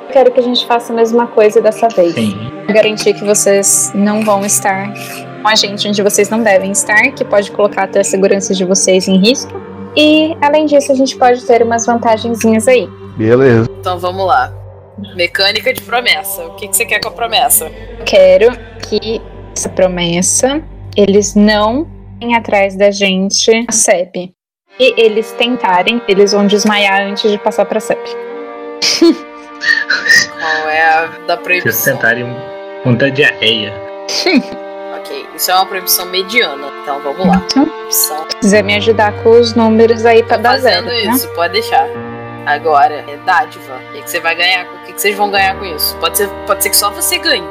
Eu Quero que a gente faça a mesma coisa dessa vez.
Sim.
Eu Garantir que vocês não vão estar com a gente onde vocês não devem estar, que pode colocar até a segurança de vocês em risco. E além disso, a gente pode ter umas vantagenzinhas aí.
Beleza.
Então vamos lá. Mecânica de promessa. O que, que você quer com a promessa?
Eu Quero que essa promessa eles não venham atrás da gente a CEP. E eles tentarem, eles vão desmaiar antes de passar pra CEP.
Qual é a da
Vocês
proibição?
tentaram contar diarreia.
Ok, isso é uma proibição mediana. Então vamos lá.
Então,
Proibição.
se quiser me ajudar com os números aí pra dar zero.
tá Fazendo
Né?
isso, pode deixar. Agora, é dádiva. O que, que você vai ganhar? O que, que vocês vão ganhar com isso? Pode ser, pode ser que só você ganhe.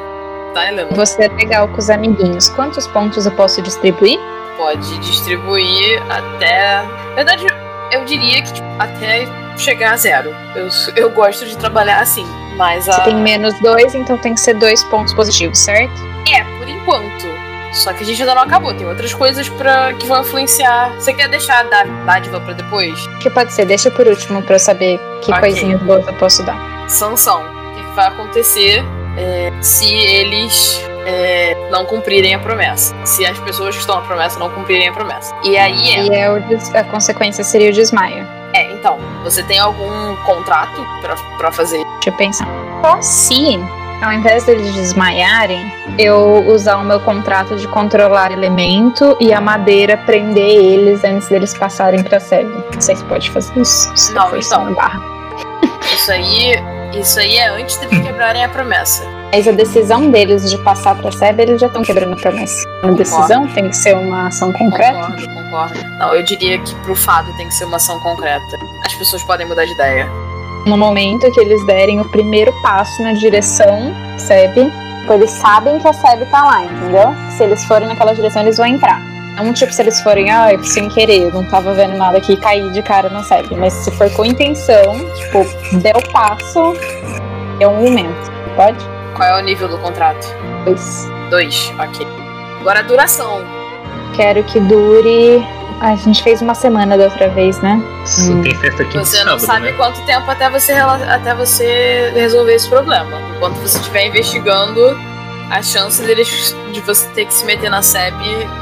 Tá, Helena?
Você é legal com os amiguinhos. Quantos pontos eu posso distribuir?
Pode distribuir até. Na verdade, eu diria que tipo, até chegar a zero. Eu, eu gosto de trabalhar assim. Mas a.
Você tem menos dois, então tem que ser dois pontos positivos, certo?
É, por enquanto. Só que a gente ainda não acabou, tem outras coisas pra, que vão influenciar. Você quer deixar a dá- dádiva pra depois?
Que pode ser, deixa por último pra eu saber que
Ok.
coisinha boa eu posso dar.
sanção. O que vai acontecer é, se eles é, não cumprirem a promessa? Se as pessoas que estão na promessa não cumprirem a promessa. E aí é.
E é o des- a consequência seria o desmaio.
é, então, você tem algum contrato pra, pra fazer?
Deixa eu pensar. Só se, ao invés deles desmaiarem, eu usar o meu contrato de controlar elemento e a madeira prender eles antes deles passarem pra sede. Não sei se pode fazer isso. se
Não,
for
então.
só uma barra.
Isso aí. Isso aí é antes de quebrarem a promessa.
Mas a decisão deles de passar pra sede, eles já estão quebrando a promessa. Uma decisão tem que ser uma ação concreta.
Concordo, concordo. Não, eu diria que pro fado tem que ser uma ação concreta. As pessoas podem mudar de ideia.
No momento que eles derem o primeiro passo na direção SEB, tipo, eles sabem que a SEB tá lá, entendeu? Se eles forem naquela direção, eles vão entrar. Não, tipo, se eles forem, ah, eu sem querer, não tava vendo nada aqui e caí de cara na SEB. Mas se for com intenção, tipo, der o passo, é um momento. Pode?
Qual é o nível do contrato?
Pois.
Dois, ok. Agora a duração.
Quero que dure. Ah, a gente fez uma semana da outra vez, né? Hum.
Tem festa aqui
Você
no
não
sábado,
sabe
né?
quanto tempo até você, rela- até você resolver esse problema. Enquanto você estiver investigando, a chance deles, de você ter que se meter na SEB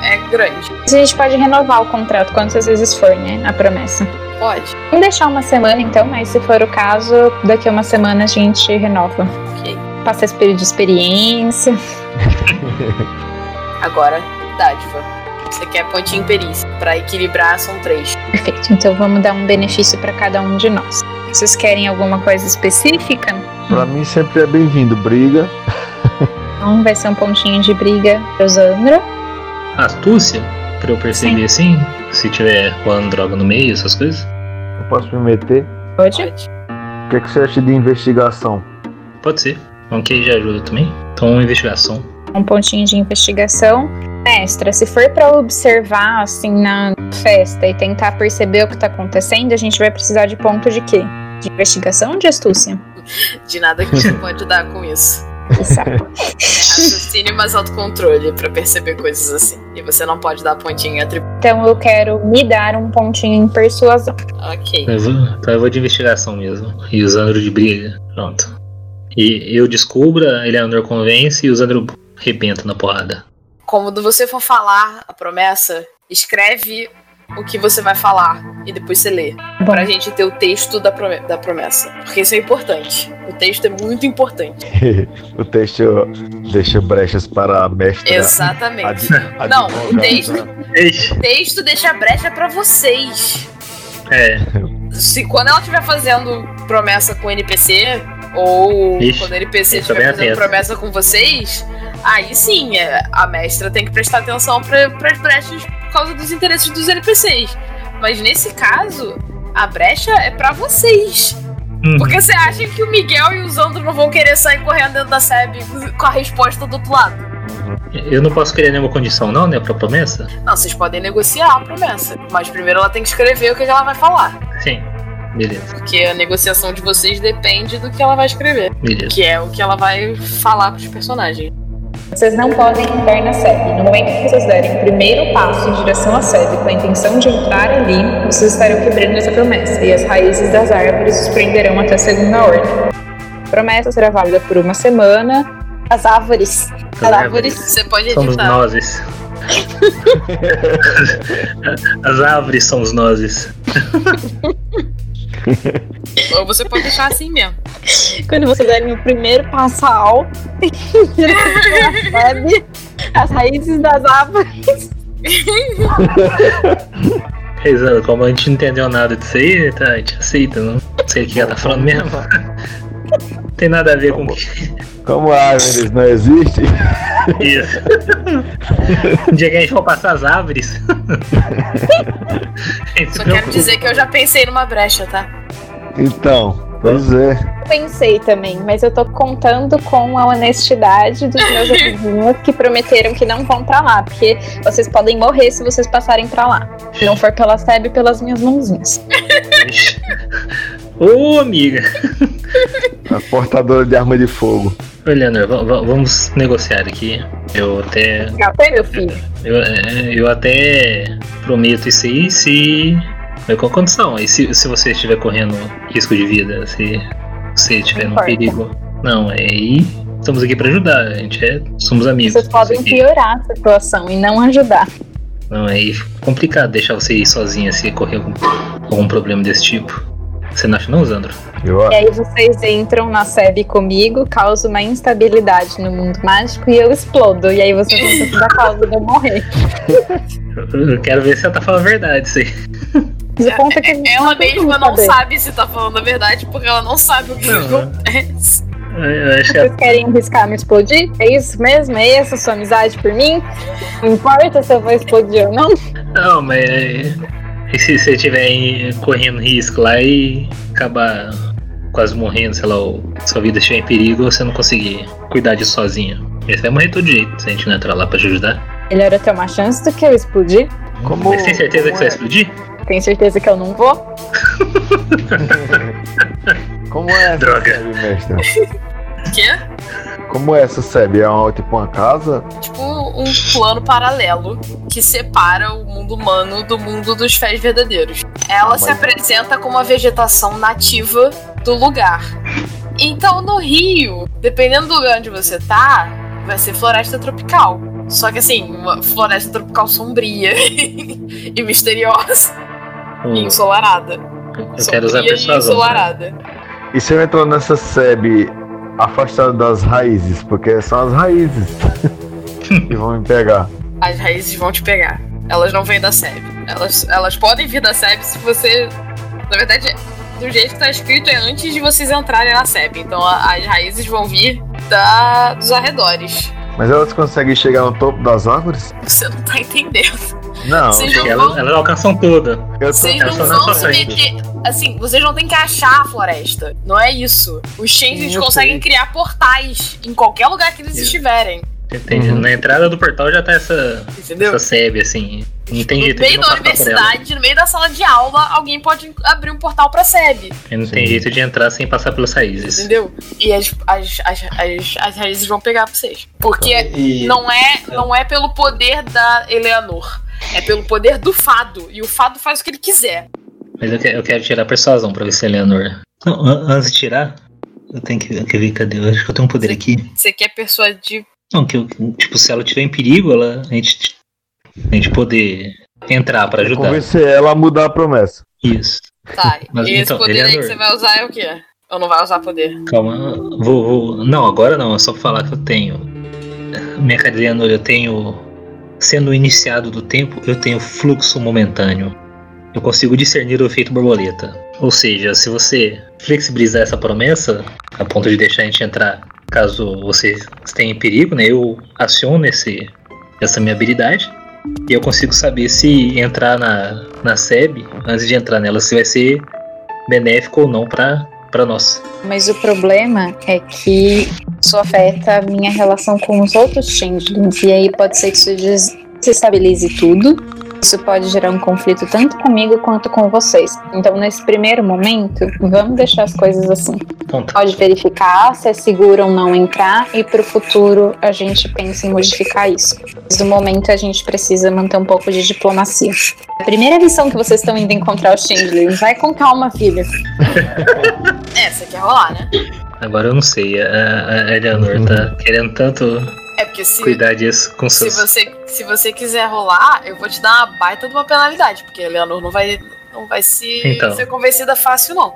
é grande.
Mas a gente pode renovar o contrato quantas vezes for, né? A promessa.
Pode.
Vamos deixar uma semana então, mas se for o caso, daqui a uma semana a gente renova.
Ok.
Passa esse período de experiência.
Agora, dádiva. Você quer pontinho perícia. Pra equilibrar, são três.
Perfeito. Então vamos dar um benefício para cada um de nós. Vocês querem alguma coisa específica?
Pra mim sempre é bem-vindo, briga.
Então vai ser um pontinho de briga pro Zandra.
Astúcia, pra eu perceber assim, se tiver rolando droga no meio, essas coisas.
Eu posso me meter?
Pode?
O que, é que você acha de investigação?
Pode ser. É Ok, já ajuda também. Então, investigação.
Um pontinho de investigação. Mestra, se for para observar assim na festa e tentar perceber o que tá acontecendo, a gente vai precisar de ponto de quê? De investigação ou de astúcia?
De nada que você pode dar com isso.
Que saco.
É raciocínio, mas autocontrole pra perceber coisas assim. E você não pode dar pontinho a atributo.
Então eu quero me dar um pontinho em persuasão.
Ok.
Eu vou, então eu vou de investigação mesmo. E o Zandro de briga. Pronto. E eu descubro, a Eleanor convence e o Zandro arrebenta na porrada.
Quando você for falar a promessa, escreve o que você vai falar e depois você lê. Pra gente ter o texto da, prome- da promessa. Porque isso é importante. O texto é muito importante.
o texto deixa brechas para a mestra.
Exatamente.
É. adi-
Não,
advogada.
o texto, o texto deixa brecha pra vocês.
É,
Se quando ela estiver fazendo promessa com o NPC, ou
Ixi, é
quando o NPC
eu tô
estiver
bem
fazendo
atento.
promessa com vocês, aí sim, é, a mestra tem que prestar atenção para as brechas por causa dos interesses dos NPCs. Mas nesse caso, a brecha é pra vocês.
Hum,
Porque você acha que o Miguel e o Zandro não vão querer sair correndo dentro da SEB com a resposta do outro lado?
eu não posso criar nenhuma condição, não, né? Pra promessa?
Não, vocês podem negociar a promessa. Mas primeiro ela tem que escrever o que que ela vai falar.
Sim. Beleza,
Porque a negociação de vocês depende do que ela vai escrever.
beleza.
que é o que ela vai falar pros personagens.
Vocês não podem entrar na sede. No momento que vocês derem o primeiro passo em direção à sede com a intenção de entrar ali, vocês estarão quebrando essa promessa e as raízes das árvores os prenderão até a segunda ordem. A promessa será válida por uma semana. As árvores. As árvores.
Você pode
Somos
editar.
nozes. As árvores são os nozes.
Ou você pode deixar assim mesmo.
Quando vocês derem o primeiro passo ao em direção à sede, as raízes das árvores.
Exato, como a gente não entendeu nada disso aí, tá, a gente aceita, não sei o que ela tá falando mesmo. Tem nada a ver com o que
Como árvores não existe,
Isso. Um dia que a gente for passar as árvores. A gente se
Só quero
preocupa.
dizer que eu já pensei numa brecha, tá?
então, pois é.
pensei também, mas eu tô contando com a honestidade dos meus amiguinhos que prometeram que não vão pra lá, porque vocês podem morrer se vocês passarem pra lá. Se não for pela SEB, pelas minhas mãozinhas.
Ô, amiga.
A portadora de arma de fogo.
Ô, Leandro, va- va- vamos negociar aqui. Eu até.
Até meu filho.
Eu, é, eu até prometo isso aí se. É com a condição. E se, se você estiver correndo risco de vida, se você estiver num
Concordo.
perigo. Não, é aí. Estamos aqui pra ajudar, a gente é. Somos amigos.
Vocês podem
Isso aqui.
piorar a situação e não ajudar.
Não, é aí fica complicado deixar você ir sozinha se correr algum, algum problema desse tipo. Você não acha não, Zandro?
Eu,
E aí vocês entram na série comigo, causa uma instabilidade no mundo mágico e eu explodo. E aí vocês vão ter que dar causa de eu morrer.
Eu- Eu quero ver se ela tá falando a verdade isso aí.
De conta é que
Ela É, mesma não
sabe.
sabe se tá falando a verdade, porque ela não sabe o que
Não. né?
acontece.
Eu acho que é ela
Vocês querem arriscar me explodir? É isso mesmo? É essa a sua amizade por mim? Não importa se eu vou explodir ou não.
Não, mas e se você estiver em- correndo risco lá e acabar quase morrendo, sei lá, ou sua vida estiver em perigo, você não conseguir cuidar disso sozinho. Aí Você vai morrer todo jeito se a gente não entrar lá pra te ajudar.
Melhor eu ter uma chance do que eu explodir.
Como- é?
Você tem certeza que você vai explodir?
Tenho certeza que eu não vou.
Como é essa
Droga.
sebe, mestre?
O quê?
Como é essa sebe? É uma, tipo uma casa?
Tipo um plano paralelo que separa o mundo humano do mundo dos fés verdadeiros. Ela
Ah,
se
mas-
apresenta como a vegetação nativa do lugar. Então, no Rio, dependendo do lugar onde você tá, vai ser floresta tropical. Só que assim, uma floresta tropical sombria e misteriosa e
Ou
ensolarada.
eu quero usar
Sombria
a
e
persuasão. né?
ensolarada.
E se eu entrar nessa sebe afastada das raízes? Porque são as raízes que vão me pegar.
as raízes vão te pegar. Elas não vêm da SEB. Elas, elas podem vir da SEB se você. Na verdade, do jeito que tá escrito é antes de vocês entrarem na SEB. Então a- as raízes vão vir da, dos arredores.
Mas elas conseguem chegar no topo das árvores?
Você não tá entendendo.
Não,
Vocês não
Elas,
vão,
elas alcançam tudo.
eu tô
vocês não
pensando
pensando
vão
na
se
sua frente.
meter. Assim, vocês não têm que achar a floresta. Não é isso. Os Changes
Sim, eu
conseguem
sei.
criar portais em qualquer lugar que eles
Isso.
estiverem.
Entende?
Uhum.
Na entrada do portal já tá essa,
Entendeu?
essa sebe, assim. Não tem
No
jeito de
meio
não
da
passar por ela.
universidade, no meio da sala de aula, alguém pode abrir um portal pra SEB.
Não tem
Sim.
jeito de entrar sem passar pelas raízes.
Entendeu? E as, as, as, as, as raízes vão pegar pra vocês. Porque
E
não é, não é pelo poder da Eleanor. É pelo poder do fado. E o fado faz o que ele quiser.
Mas eu, que- eu quero tirar a persuasão pra ver se é a Eleanor. Não, an- antes de tirar, eu tenho que, que ver, cadê? Eu acho que eu tenho um poder aqui.
Você quer persuadir.
Não, que eu, tipo, se ela estiver em perigo, ela, a, gente, a gente poder entrar pra ajudar.
Convencer ela a mudar a promessa.
Isso.
Tá,
Mas,
e esse
então,
poder aí
Eleanor.
que você vai usar é o quê? Ou não vai usar poder?
Calma, vou, vou. Não, agora não, é só pra falar que eu tenho. Minha cara de Eleanor, eu tenho. Sendo iniciado do tempo, eu tenho fluxo momentâneo. Eu consigo discernir o efeito borboleta. Ou seja, se você flexibilizar essa promessa, a ponto de deixar a gente entrar caso vocês tenham em perigo, né? Eu aciono esse, essa minha habilidade. E eu consigo saber se entrar na, na SEB, antes de entrar nela, se vai ser benéfico ou não pra, pra nós.
Mas o problema é que isso afeta a minha relação com os outros changelings. E aí pode ser que isso des- desestabilize tudo. Isso pode gerar um conflito tanto comigo quanto com vocês. Então, nesse primeiro momento, vamos deixar as coisas assim.
Então, tá.
Pode verificar se é seguro ou não entrar, e pro futuro a gente pensa em modificar isso. Mas no momento a gente precisa manter um pouco de diplomacia. A primeira lição que vocês estão indo encontrar os changelings, vai com calma, filho.
É, você quer rolar, né?
Agora eu não sei, a, a- a Eleanor tá querendo tanto
É porque se,
cuidar disso com
se,
seus.
você, se você quiser rolar, eu vou te dar uma baita de uma penalidade. Porque a Eleanor não vai, não vai se,
Então.
ser convencida fácil, não.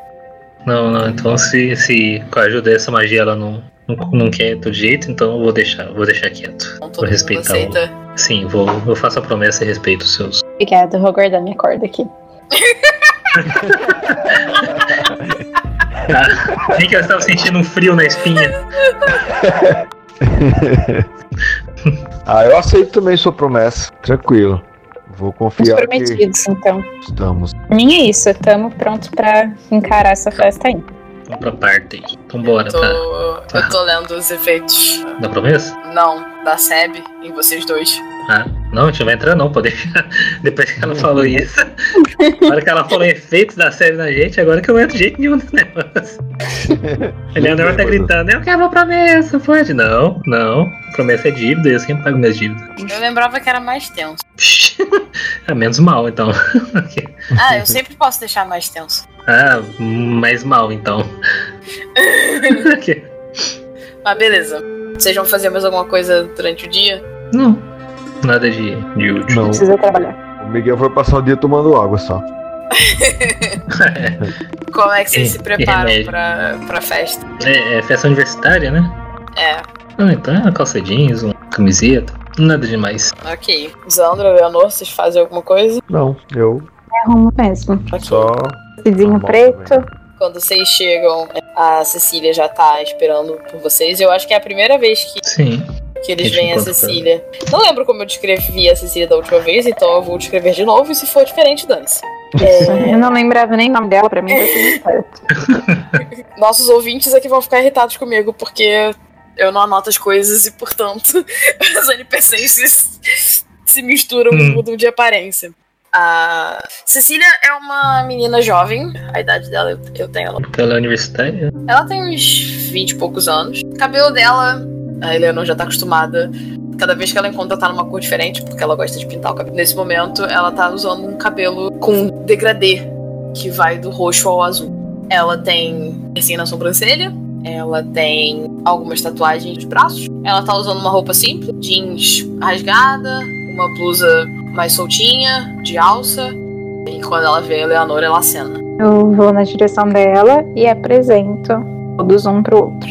Não, não, então se, se com a ajuda dessa magia ela não, não, não quer do jeito, então eu vou deixar, vou deixar quieto.
Então
Vou
todo mundo
respeitar. o-
aceita.
Sim, vou, eu faço a promessa e respeito os seus.
Obrigada, vou guardar minha corda aqui.
Ah, Nem que eu estava sentindo um frio na espinha.
Ah, eu aceito também sua promessa. Tranquilo. Vou
Os
confiar que
prometidos, então.
estamos.
Nem é isso, estamos prontos pra encarar essa festa aí.
Vamos pra parte. Então bora
Tô-
pra,
eu tô lendo os efeitos.
da promessa?
Não, da SEB em vocês dois?
Ah, não, a gente não vai entrar não, pode deixar. Depois que ela falou isso. Agora que ela falou efeitos da série na gente, agora que eu entro de jeito nenhum nesse negócio. A Leandro vai estar gritando, eu quero uma promessa, pode. Não, não. Promessa é dívida, eu sempre pago minhas dívidas.
Eu lembrava que era mais tenso.
É menos mal, então.
Ah, eu sempre posso deixar mais tenso.
Ah, mais mal, então.
Mas beleza. Vocês vão fazer mais alguma coisa durante o dia?
Não. Nada de, de útil.
Não.
Precisa trabalhar.
O Miguel foi passar o dia tomando água só.
Como é que vocês
É,
se preparam
remédio.
pra, pra festa?
É, é festa universitária, né?
É,
Ah, então é uma calça jeans, uma camiseta, nada demais.
ok. Zandra, Leonor, vocês fazem alguma coisa?
Não, eu
Arrumo É mesmo.
Ok.
só.
Vizinho
Normal
preto.
tá
Quando vocês chegam, a Cecília já tá esperando por vocês. Eu acho que é a primeira vez que,
Sim.
que eles
Gente,
veem a
enquanto-
Cecília. Não lembro como eu descrevi a Cecília da última vez, então eu vou descrever de novo. E se for diferente, dane-se. É,
Eu não lembrava nem o nome dela, pra mim foi tudo certo.
nossos ouvintes aqui vão ficar irritados comigo, porque eu não anoto as coisas e, portanto, as NPCs se, se misturam e
Hum.
mudam de aparência. A Cecília é uma menina jovem, a idade dela eu- eu tenho ela.
Então ela é universitária.
Ela tem uns 20 e poucos anos. O cabelo dela, a Eleanor já tá acostumada. Cada vez que ela encontra, tá numa cor diferente, porque ela gosta de pintar o cabelo. Nesse momento, ela tá usando um cabelo com degradê, que vai do roxo ao azul. Ela tem piercing na sobrancelha, ela tem algumas tatuagens nos braços. Ela tá usando uma roupa simples, jeans rasgada, uma blusa mais soltinha, de alça. E quando ela vê a Eleanor, ela acena.
Eu vou na direção dela e apresento todos um pro outro.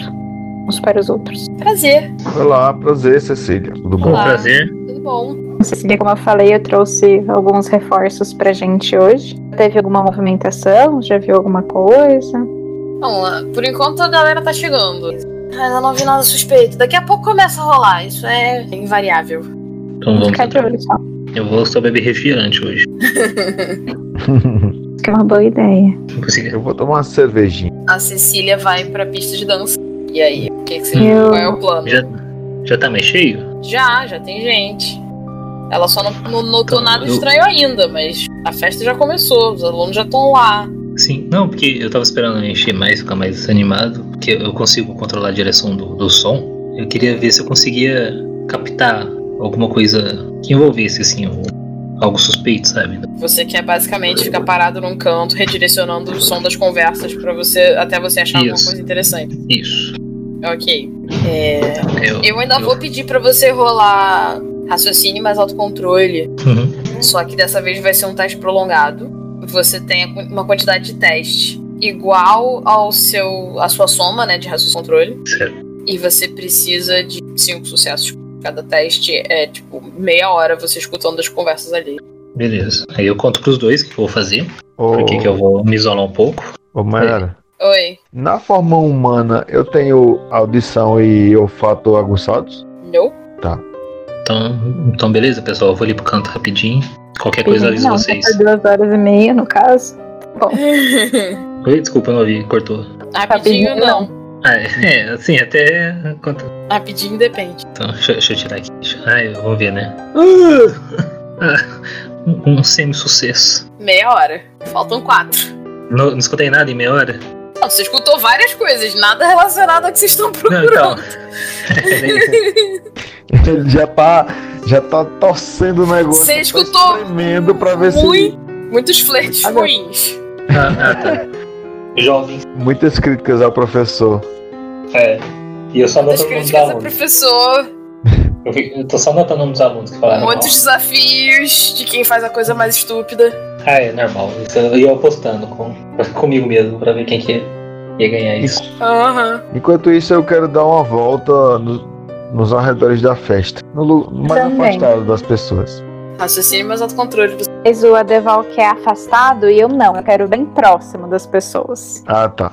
Uns para os outros.
Prazer,
Olá, prazer, Cecília. Tudo
Com
bom?
Olá.
um prazer.
tudo bom?
Cecília, como eu falei, eu trouxe alguns reforços pra gente hoje. Teve alguma movimentação? Já viu alguma coisa?
Não, ah, por enquanto a galera tá chegando. Ainda não vi nada suspeito. Daqui a pouco começa a rolar. Isso é invariável.
Então vamos.
Ficar de olho só.
Eu vou só beber refrigerante hoje.
Acho que é uma boa ideia.
Não consegui.
eu vou tomar uma cervejinha.
A Cecília vai pra pista de dança. E aí, o que que você,
Eu-
qual é o plano?
Já, já tá mais cheio?
Já, já tem gente. Ela só não, não notou
Então,
nada
eu-
estranho ainda, mas a festa já começou, os alunos já estão lá.
Sim. Não, porque eu tava esperando encher mais, ficar mais animado. Porque eu consigo controlar a direção do, do som. Eu queria ver se eu conseguia captar alguma coisa que envolvesse, assim, o- algo suspeito, sabe?
Você quer basicamente ficar parado num canto, redirecionando o som das conversas para você até você achar alguma
Isso.
coisa interessante.
Isso.
Ok. É,
Eu.
Eu ainda vou pedir pra você rolar raciocínio mais autocontrole.
Uhum.
Só que dessa vez vai ser um teste prolongado. Você tem a quan- uma quantidade de teste igual ao seu à sua soma, né, de raciocínio e controle,
Certo.
e você precisa de cinco sucessos. Cada teste é tipo meia hora você escutando as conversas ali.
Beleza. Aí eu conto pros dois o que eu vou fazer.
Ô,
Porque que eu É. vou me isolar um pouco.
ô Mayara,
Oi.
na forma humana, eu tenho audição e olfato aguçados?
Não?
Então, então beleza, pessoal. Eu vou ali pro canto rapidinho. Qualquer coisa eu aviso
não, tá
vocês.
por duas horas e meia, no caso.
Oi, desculpa, eu não ouvi, cortou.
Rapidinho não.
Ah, é, é, assim, até. quanto-
Rapidinho depende.
Então, deixa, deixa eu tirar aqui. Deixa- Ah, eu vou ver, né? Ah, um, um semi-sucesso.
Meia hora. Faltam quatro.
Não, não escutei nada em meia hora?
Não, você escutou várias coisas, nada relacionado ao que vocês estão
Não,
procurando.
então. é
Ele já tá, já tá torcendo o negócio.
Você
tá
escutou
Tremendo pra ver
Muito- Muitos flertes
Agora-
ruins.
ah, ah, tá. Jovem.
se. Muitas críticas ao professor.
É. E
Tá
eu só
Muitas críticas ao professor,
Eu, tô só anotando o nome dos alunos que
muitos desafios de quem faz a coisa mais estúpida.
Ah, é normal. Isso eu ia apostando com, comigo mesmo pra ver quem que ia ganhar isso.
Aham.
Enquanto isso, eu quero dar uma volta no- nos arredores da festa. No lu- mais
Também.
afastado das pessoas.
Raciocínio mais autocontrole.
Mas o Adeval que é afastado e eu não. Eu quero bem próximo das pessoas.
Ah, tá.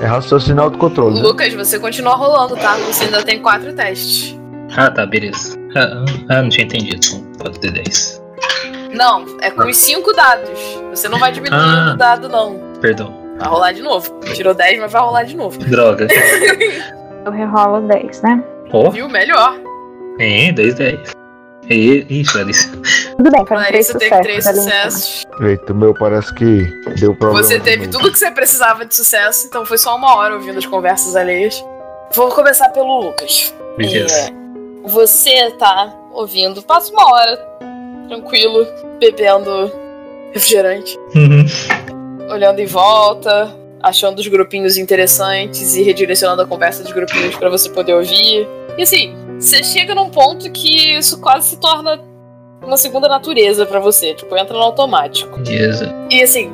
É raciocinar do controle. Né?
Lucas, você continua rolando, tá? Você ainda tem quatro testes.
Ah, tá, beleza. Ah, ah, ah, não tinha entendido. Então, Pode ter 10.
Não, é com os cinco dados. Você não vai diminuindo
Ah.
o dado, não.
Perdão.
Vai rolar de novo. Tirou 10, mas vai rolar de novo.
Droga.
Eu rerolo 10, né?
Ó,
Viu? Melhor.
Tem, 2 10. E, ixi, Larissa.
Tudo bem, foram três
Larissa teve
sucessos. tá
três
ali.
sucessos.
Eita, o meu parece que deu problema.
Você teve
também.
tudo que você precisava de sucesso, então foi só uma hora ouvindo as conversas alheias. Vou começar pelo Lucas.
Beleza.
É, Você tá ouvindo, passa uma hora tranquilo, bebendo refrigerante,
Uhum.
olhando em volta, achando os grupinhos interessantes e redirecionando a conversa dos grupinhos pra você poder ouvir. E assim, você chega num ponto que isso quase se torna uma segunda natureza pra você, tipo, entra no automático.
Beleza.
E assim,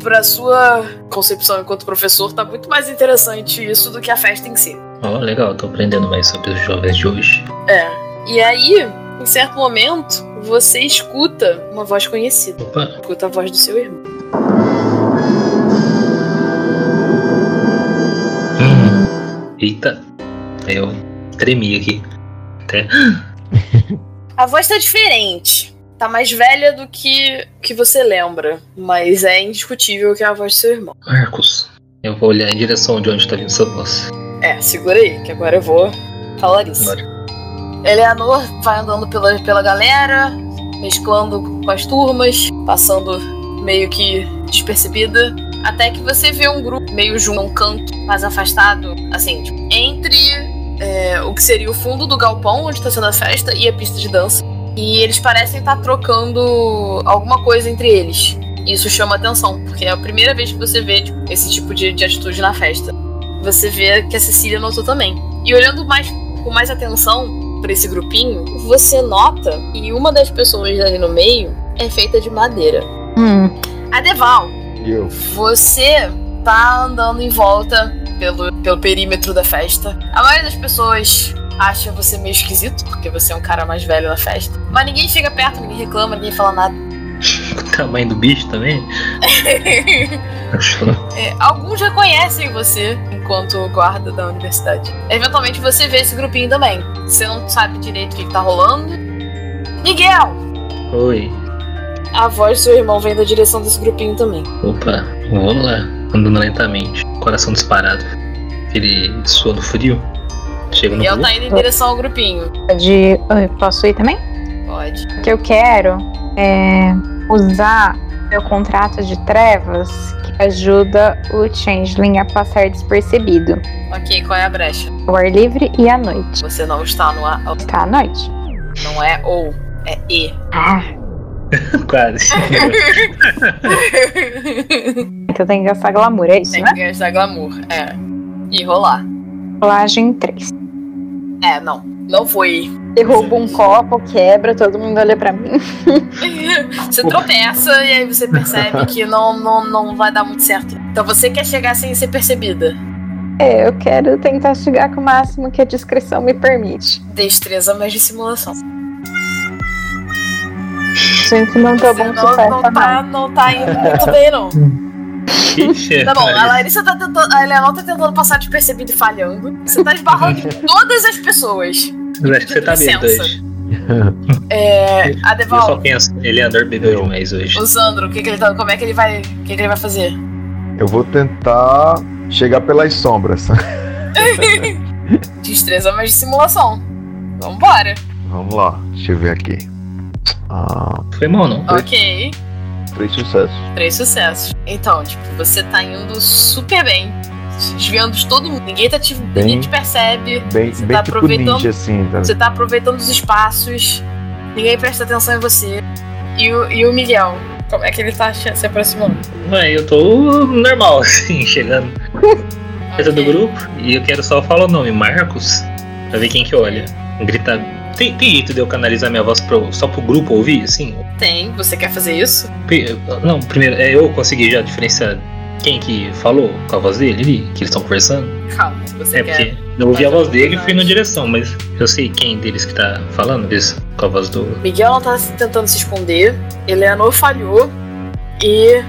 pra sua concepção enquanto professor, tá muito mais interessante isso do que a festa em si.
Ó, legal, tô aprendendo mais sobre os jovens de hoje.
É. E aí, em certo momento, você escuta uma voz conhecida.
Opa,
Escuta a voz do seu irmão.
Hum. Eita, eu tremi aqui.
A voz tá diferente. Tá mais velha do que, que você lembra. Mas é indiscutível que é a voz do seu irmão.
Marcos, eu vou olhar em direção de onde tá vindo essa voz.
É, segura aí, que agora eu vou falar isso.
Agora.
Eleanor vai andando pela, pela galera, mesclando com as turmas, passando meio que despercebida. Até que você vê um grupo meio junto, um canto mais afastado, assim, tipo, entre é, o que seria o fundo do galpão onde está sendo a festa e a pista de dança. E eles parecem estar trocando alguma coisa entre eles. Isso chama atenção, porque é a primeira vez que você vê tipo, esse tipo de- de atitude na festa. Você vê que a Cecília notou também. E olhando mais com mais atenção pra esse grupinho, você nota que uma das pessoas ali no meio é feita de madeira.
Hum,
A Deval,
E eu?
você tá andando em volta pelo, pelo perímetro da festa. A maioria das pessoas acha você meio esquisito, porque você é um cara mais velho na festa. Mas ninguém chega perto, ninguém reclama, ninguém fala nada.
O tamanho do bicho também?
É, alguns reconhecem você enquanto guarda da universidade. Eventualmente você vê esse grupinho também. Você não sabe direito o que, que tá rolando. Miguel!
Oi.
A voz do seu irmão vem da direção desse grupinho também.
Opa, vamos lá. Andando lentamente, coração disparado. Aquele suando frio. Chega no
Miguel
grupo.
tá indo em direção ao grupinho.
pode. Ai, Posso ir também?
Pode.
O que eu quero é usar meu contrato de trevas que ajuda o Changeling a passar despercebido.
Ok, qual é a brecha?
O ar livre e à noite.
Você não está no A.
Está à noite.
Não é ou, é E.
Ah,
Quase.
então tem que gastar glamour, é isso,
Tem
né?
que gastar glamour. É. E rolar.
Colagem 3.
É, não. Não foi.
Derrubo um copo, quebra, todo mundo olha pra mim.
Você tropeça e aí você percebe que não, não, não vai dar muito certo. Então você quer chegar sem ser percebida.
É, eu quero tentar chegar com o máximo que a discrição me permite.
Destreza mais dissimulação.
Gente, não deu
Você
bom
não,
sucesso,
não,
não.
tá, não tá indo muito bem, não.
Ixi,
Tá bom, a
rapaz.
Larissa tá tentando. A Eleanor tá tentando passar despercebida e falhando. Você tá esbarrando em todas as pessoas.
Eu acho que você tá bem
Licença.
hoje.
É. A
Eu só
Deval,
penso, Eleanor bebeu demais hoje.
o Sandro, o que que ele tá- como é que ele vai. O que, que ele vai fazer?
Eu vou tentar chegar pelas sombras.
Destreza mais dissimulação. Vambora.
Vamos lá, deixa eu ver aqui. Ah,
Foi mal, não?
Ok.
três sucessos.
Três sucessos. Então, tipo, você tá indo super bem. Desviando de todo mundo. Ninguém, tá te, ninguém te percebe.
Bem,
Você
bem
tá
tipo
aproveitando-
ninja, assim. Tá?
Você tá aproveitando os espaços. Ninguém presta atenção em você. E o, e o Miguel. Como é que ele tá che- se aproximando?
Ué, eu tô normal, assim, chegando perto é do
Ok.
grupo. E eu quero só falar o nome, Marcos, pra ver quem que olha. Gritar. Tem, tem jeito de eu canalizar minha voz pro- só pro grupo ouvir, assim?
Tem. Você quer fazer isso?
Pe- Não, primeiro, é, eu consegui já diferenciar quem que falou com a voz dele ali, que eles estão conversando.
Calma. Você
é
quer.
porque eu ouvi a
Mas
voz
eu-
dele e fui na direção, mas eu sei quem deles que tá falando isso, com a voz do.
Miguel não tá se- tentando se esconder, Eleanor falhou e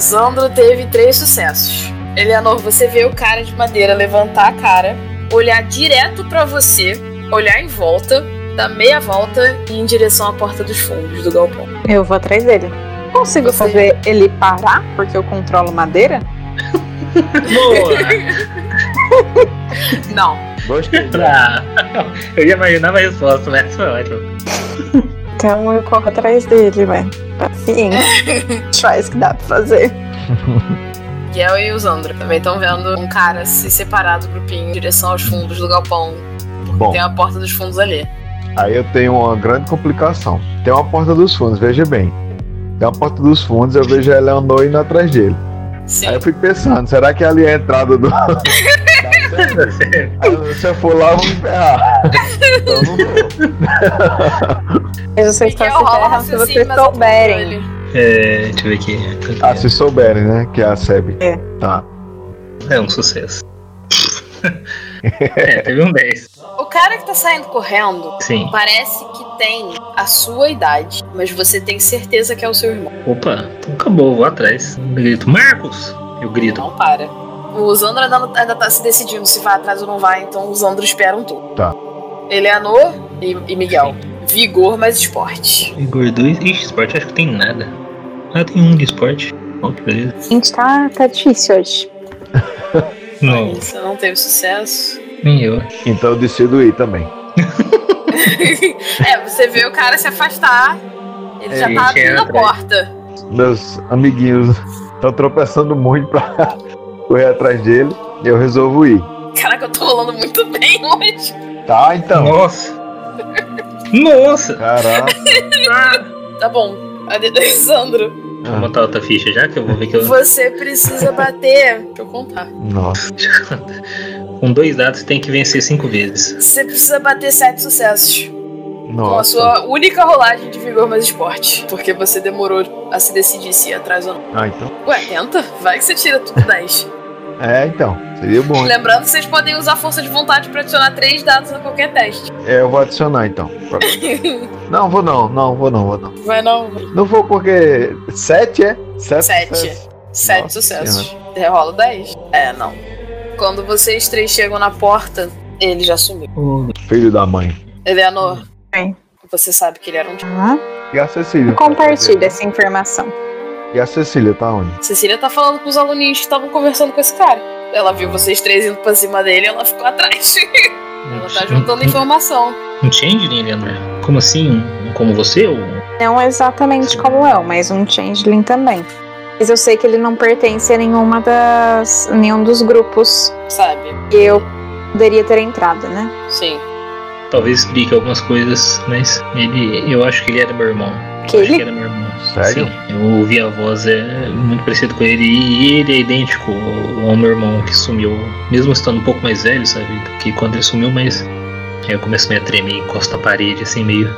Zandro teve três sucessos. Eleanor, você vê o cara de madeira levantar a cara, olhar direto pra você, olhar em volta, dar meia volta e ir em direção à porta dos fundos do galpão.
Eu vou atrás dele. Consigo
Você-
fazer ele parar, porque eu controlo madeira?
Boa!
Não,
Gostei.
Ah, eu já imaginava a resposta, mas foi ótimo.
Então eu corro atrás dele, velho. Paciência. Faz o que dá pra fazer.
Miguel e o Zandra também estão vendo um cara se separar do grupinho em direção aos fundos do galpão.
Bom,
Tem a porta dos fundos ali.
aí eu tenho uma grande complicação. Tem uma porta dos fundos, veja bem. Tem uma porta dos fundos, eu vejo a Eleanor indo atrás dele.
Sim.
Aí eu fico pensando, será que ali é a entrada do. da sede? Aí, se eu for lá, eu vou me ferrar. Então não vou.
Mas vocês estão se
um
ferrando se vocês souberem.
É, deixa eu ver aqui.
Ah, se souberem, né? Que é a SEB.
É.
Tá.
É um sucesso. é, teve um 10.
O cara que tá saindo correndo
Sim.
parece que tem a sua idade, mas você tem certeza que é o seu irmão.
Opa, então acabou, vou atrás. Eu grito, Marcos! Eu grito.
Não para. O Zandro ainda, não- ainda tá se decidindo se vai atrás ou não vai, então os Zandro esperam tudo.
Tá.
Eleanor e, e Miguel. Vigor mais esporte.
Igor 2. Ixi, esporte acho que tem nada. Ah, tem um de esporte. Ó, que beleza.
Gente, tá, tá difícil hoje.
Não,
Você não teve sucesso.
nem eu.
Então eu decido ir também.
é, você vê o cara se afastar. Ele
É,
já tá
gente,
abrindo a
entra aí.
porta.
Meus amiguinhos estão tropeçando muito pra correr atrás dele. Eu resolvo ir.
Caraca, eu tô rolando muito bem hoje.
Tá, então.
Nossa! Nossa!
Caraca.
Tá bom. Alessandro,
Vou botar outra ficha já, que eu vou ver que eu.
você precisa bater. Deixa eu contar.
Nossa.
Com dois dados tem que vencer cinco vezes.
Você precisa bater sete sucessos. Com a
Nossa.
sua única rolagem de vigor mais esporte. Porque você demorou a se decidir se ia atrás ou não.
Ah, então.
Ué, tenta. Vai que você tira tudo 10.
É, então. Seria bom.
Lembrando que vocês podem usar força de vontade pra adicionar três dados a qualquer teste.
É, eu vou adicionar então. Não, vou não, não, vou não, vou não.
Vai não.
Não vou porque. Sete é? Sete.
Sete.
sucessos.
Sete
Nossa
sucessos. Rerola 10. É, não. Quando vocês três chegam na porta, ele já sumiu.
Ô,
É. Filho da mãe.
Eleanor.
Hum.
Bem.
Você sabe que ele era um.
Tá?
E a Cecília?
Compartilha essa informação.
E a Cecília tá onde?
Cecília tá falando com os aluninhos que estavam conversando com esse cara. Ela viu vocês três indo pra cima dele e ela ficou atrás. ela tá juntando informação.
Um changeling, Leandro? Como assim? Um como você? Ou...
Não exatamente como eu, mas um changeling também. Mas eu sei que ele não pertence a nenhuma das. nenhum dos grupos
Sabe?
que eu poderia ter entrado, né?
Sim.
Talvez explique algumas coisas, mas ele. Eu acho que ele era meu irmão.
Que
Eu acho
ele
que é. era meu irmão.
Sério?
Sim, eu ouvi a voz, é muito parecido com ele. E ele é idêntico ao ao meu irmão que sumiu. Mesmo estando um pouco mais velho, sabe? do Que quando ele sumiu, mas. Aí eu começo meio a tremer, encosto na parede, assim, meio.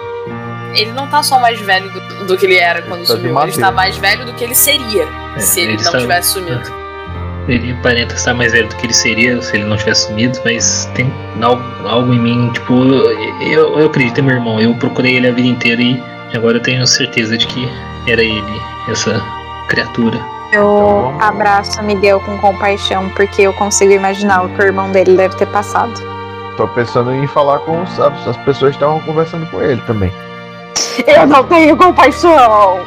Ele não tá só mais velho do, do que ele era quando
Ele tá de
sumiu. Ele
madeira.
está mais velho do que ele seria
É,
se ele,
ele
não
tá-
tivesse sumido.
Ele aparenta estar mais velho do que ele seria se ele não tivesse sumido, mas tem algo, algo em mim, tipo, eu, eu acredito em meu irmão, eu procurei ele a vida inteira e agora eu tenho certeza de que era ele, essa criatura.
Então
Eu
vamos lá.
abraço o Miguel com compaixão, porque eu consigo imaginar o que o irmão dele deve ter passado.
Tô pensando em falar com os, as as pessoas que estavam conversando com ele também.
Eu não tenho compaixão!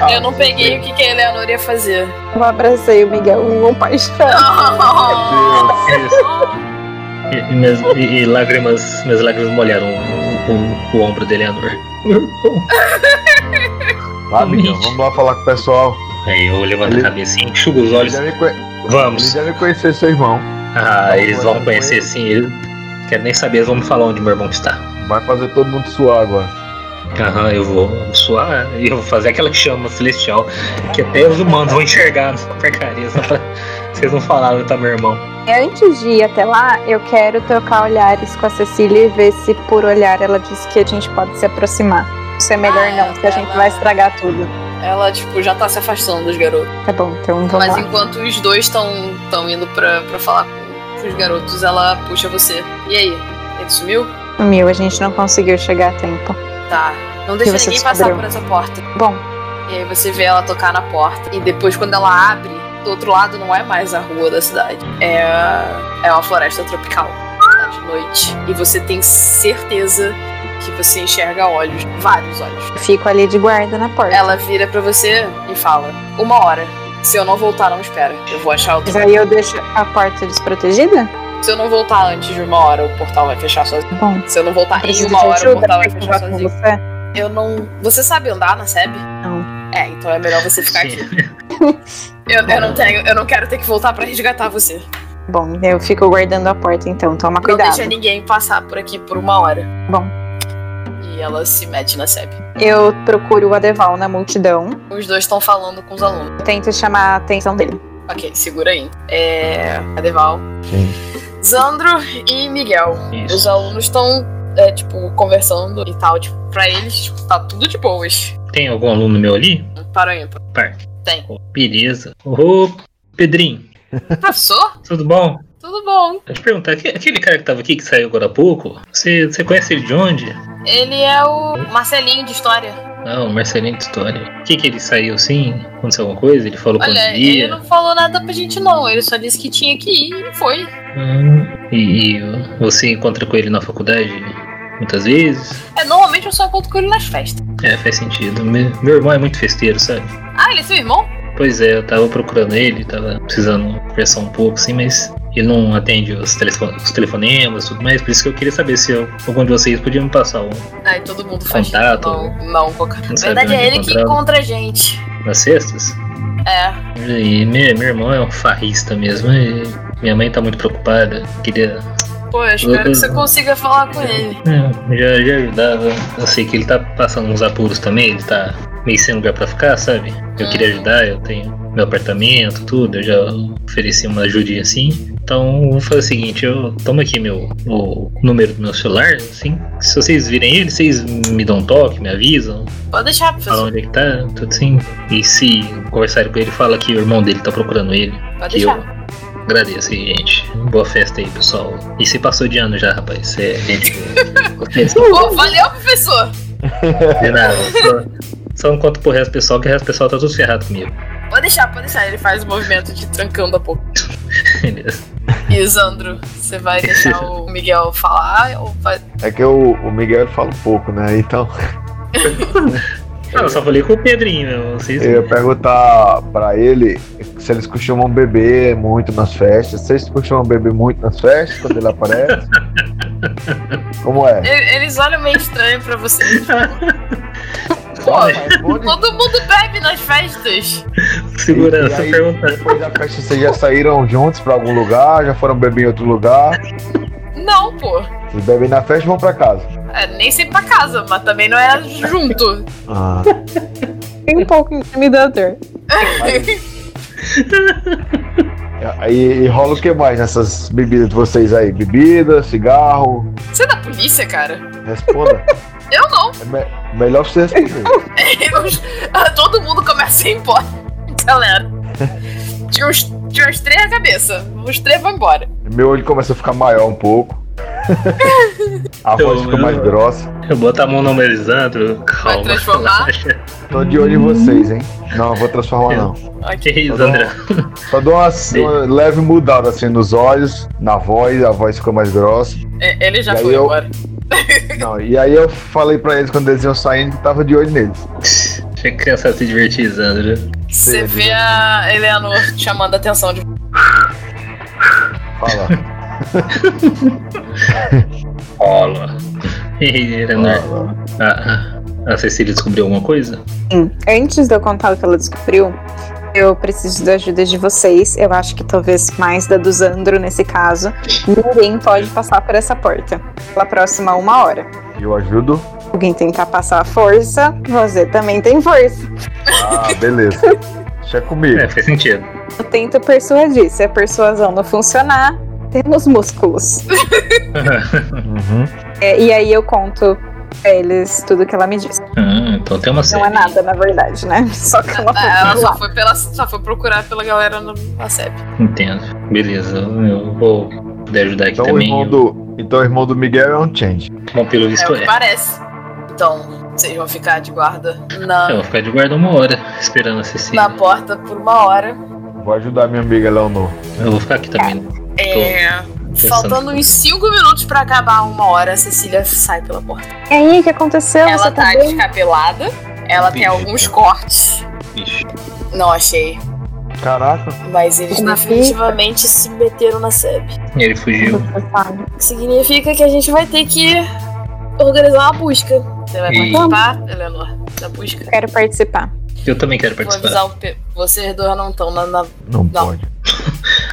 Ah,
eu não peguei o que, que a Eleanor ia fazer.
Eu abracei o Miguel com compaixão.
Oh,
E, e minhas, e- e lágrimas, minhas lágrimas molharam o, o- o ombro dele, Anor.
Lá, Miguel, vamos lá falar com o pessoal.
Aí eu levanto a cabeça e enxugo os
Eles
olhos.
devem, conhe- eles
Vamos!
devem conhecer seu irmão.
Ah, eles vão conhecer sim, eles. Quero nem saber, eles vão me falar onde meu irmão está.
Vai fazer todo mundo suar agora.
Aham, eu vou suar e eu vou fazer aquela chama celestial que até os humanos vão enxergar nessa porcaria. Só pra... Vocês não falaram, tá, meu irmão?
E antes de ir até lá, eu quero trocar olhares com a Cecília e ver se por olhar ela disse que a gente pode se aproximar. Isso é melhor
Ah,
não, porque a
ela-
gente vai estragar tudo.
Ela, tipo, já tá se afastando dos garotos.
Tá bom, então vamos
Mas
lá.
enquanto os dois estão tão indo pra, pra falar com, com os garotos, ela puxa você. E aí? Ele sumiu?
Sumiu, a gente não conseguiu chegar a tempo.
Tá. Não deixa
E você
ninguém passar
descobriu?
por essa porta.
Bom,
E aí você vê ela tocar na porta. E depois, quando ela abre, do outro lado não é mais a rua da cidade. É, é uma floresta tropical. Tá de noite. E você tem certeza que você enxerga olhos. Vários olhos.
eu fico ali de guarda na porta.
Ela vira pra você e fala: Uma hora. Se eu não voltar, não espera. Eu vou achar outro.
Mas aí eu deixo a porta desprotegida?
Se eu não voltar antes de uma hora, o portal vai fechar sozinho.
Bom,
Se eu não voltar em
Preciso
uma
de
hora, o
ajuda
portal
pra
vai fechar
conversar com
sozinho.
você?
Eu não. Você sabe andar na SEB? Não. É, então é melhor você ficar aqui. Eu, eu não tenho, eu não quero ter que voltar pra resgatar você.
Bom, eu fico guardando a porta então, toma
Não
cuidado.
deixa ninguém passar por aqui por uma hora.
Bom.
E ela se mete na SEB.
Eu procuro o Adeval na multidão,
Os dois estão falando com os alunos.
eu tento chamar a atenção dele.
Ok, segura aí. É. Adeval.
Sim.
Zandro e Miguel. Os
Isso.
alunos estão, é, tipo, conversando e tal. Tipo, pra eles, tipo, tá tudo de boas.
Tem algum aluno meu ali?
Parou ímpar.
Par.
Tem.
Beleza. Ô, Pedrinho,
Professor?
tudo bom?
Tudo bom.
Deixa eu te perguntar, aque- aquele cara que tava aqui, que saiu agora há pouco, você, você conhece ele de onde?
Ele é o Marcelinho de História.
Ah, o Marcelinho de História. O que que ele saiu sim? Aconteceu alguma coisa? Ele falou quando
Olha, ele
ia?
não falou nada pra gente, não. Ele só disse que tinha que ir e foi.
Hum, e, e você encontra com ele na faculdade muitas vezes?
É, normalmente eu só encontro com ele nas festas.
É, faz sentido. Me- Meu irmão é muito festeiro, sabe?
Ah, ele é seu irmão?
Pois é, eu tava procurando ele, tava precisando conversar um pouco, assim, mas ele não atende os, telefo- os telefonemas e tudo mais, por isso que eu queria saber se eu- algum de vocês podia me passar um.
Ai, Ah, todo mundo faz.
Contato?
Não, não, coca.
Não
Na
sabe
verdade
onde
é ele que
encontrar.
encontra a gente.
Nas sextas?
É.
E meu, meu irmão é um farrista mesmo. e minha mãe tá muito preocupada. Queria.
Pô, eu espero que você consiga falar com ele.
é, Já, já ajudava. Eu sei que ele tá passando uns apuros também. Ele tá meio sem lugar pra ficar, sabe? Eu queria ajudar. Eu tenho meu apartamento, tudo. Eu já ofereci uma ajudinha assim. Então, eu vou fazer o seguinte: eu tomo aqui meu, o número do meu celular. Assim, se vocês virem ele, vocês me dão um toque, me avisam.
Pode deixar,
Falam
professor.
onde é que tá, tudo assim. E se conversarem com ele, fala que o irmão dele tá procurando ele.
Pode
Que eu
deixar.
agradeço aí, gente. Boa festa aí, pessoal. E se passou de ano já, rapaz. Você é gente.
Pô, valeu, professor.
de nada. Só, só não conto pro resto do pessoal, que o resto do pessoal tá tudo ferrado comigo.
Pode deixar, pode deixar. Ele faz o movimento de trancando a pouco.
Beleza.
E Zandro, você vai deixar o Miguel falar ou vai.
É que o, o Miguel ele fala pouco, né? Então
Ah, eu só falei com o Pedrinho, meu. Vocês.
eu ia perguntar pra ele se eles costumam beber muito nas festas. Vocês costumam beber muito nas festas quando ele aparece? Como é?
E- Eles olham meio estranho pra você. Pô,
Responde.
todo mundo bebe nas festas.
Segurança,
E aí-
perguntando.
Depois da festa vocês já saíram juntos pra algum lugar? Já foram beber em outro lugar?
Não, pô.
Vocês bebem na festa e vão pra casa.
É, nem sempre pra casa, mas também não é junto.
Ah.
Tem um pouco intimidador.
E, e rola o que mais nessas bebidas de vocês aí? Bebida, cigarro?
Você é da polícia, cara?
Responda.
Eu não.
É me- melhor você responder.
Eu- todo mundo começa a ir embora. Galera. Tinha uns, tinha uns três na cabeça. Os três vão embora.
Meu olho começa a ficar maior um pouco. A
Então,
voz fica
eu-
mais grossa.
Eu boto a mão no melisandro. Calma.
transformar?
relaxa.
Tô de olho em
Hum.
vocês, hein? Não, eu vou transformar não.
Que
Ok.
isso, André?
Só dou uma, uma leve mudada assim nos olhos, na voz, a voz fica mais grossa.
É, Ele já
E aí
foi
eu-
embora.
Não, e aí eu falei pra eles quando eles iam saindo que tava de olho neles.
Achei que criança se divertir, Zandro.
Você vê a Eleanor chamando a atenção de.
Fala.
Cola. Ei, Eleanor.
fala.
Ah, ah, a Cecília descobriu alguma coisa?
Hum, Antes de eu contar o que ela descobriu, eu preciso da ajuda de vocês. Eu acho que talvez mais da do Zandro nesse caso. Ninguém pode passar por essa porta. Pela próxima uma hora.
Eu ajudo.
Alguém tentar passar a força, você também tem força.
Ah, beleza. Deixa comigo.
É, faz sentido.
Eu tento persuadir. Se a persuasão não funcionar, temos músculos.
Uhum.
É, e aí eu conto pra eles tudo que ela me disse.
Ah, então tem uma série.
Não é nada, na verdade, né? Só que ela foi
Ah, ela
lá.
só foi, pela, só foi procurar pela galera no- na SEP.
Entendo. Beleza, eu vou poder ajudar aqui
Então o,
também.
irmão do, então o irmão do Miguel é um change.
Bom, pelo
É
visto
o que
é.
parece. Então, vocês vão ficar de guarda
Eu
na,
vou ficar de guarda uma hora esperando a Cecília.
na porta por uma hora.
Vou ajudar minha amiga é um Leonor.
Eu vou ficar aqui também.
É. Faltando uns 5 minutos pra acabar uma hora, a Cecília sai pela porta.
E aí, o que aconteceu?
Ela
você
tá
tá bem?
descabelada, ela tem
tá. Bicho.
alguns cortes.
Ixi,
Não achei.
Caraca.
Mas eles
Uma
definitivamente se meteram na SEB.
E ele fugiu.
O que significa que a gente vai ter que organizar uma busca. Você vai
E-
participar, Eleanor, da busca?
Quero participar.
Eu também quero
Vou
participar.
avisar o Pe... Vocês dois não estão na, na-
Não,
Não.
pode.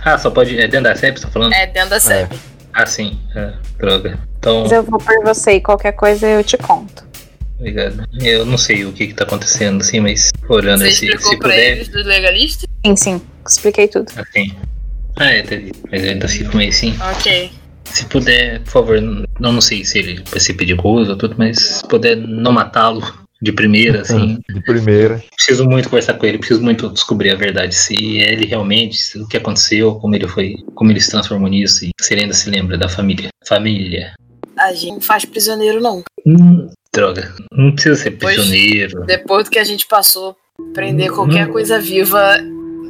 Ah, só pode. É dentro da CEP, você tá falando?
É, dentro da SEB.
Ah, sim. É, droga. Então,
Mas eu vou por você e qualquer coisa eu te conto.
obrigado. Eu não sei o que que tá acontecendo, assim, mas olhando
Você
esse,
explicou
se
pra
puder.
eles do legalista?
Sim, sim. Expliquei tudo.
Assim. Ah, é, teve. Mas eu ainda fico meio assim.
Ok.
Se puder, por favor, não, não sei se ele vai ser perigoso ou tudo, mas se puder não matá-lo de primeira, assim.
De primeira.
Preciso muito conversar com ele, preciso muito descobrir a verdade. Se é ele realmente, se- o que aconteceu, como ele foi, como ele se transformou nisso, e se ele ainda se lembra da família. Família.
A gente não faz prisioneiro, não.
Hum, droga. Não precisa ser
Pois-
prisioneiro.
Depois do que a gente passou, prender qualquer coisa viva,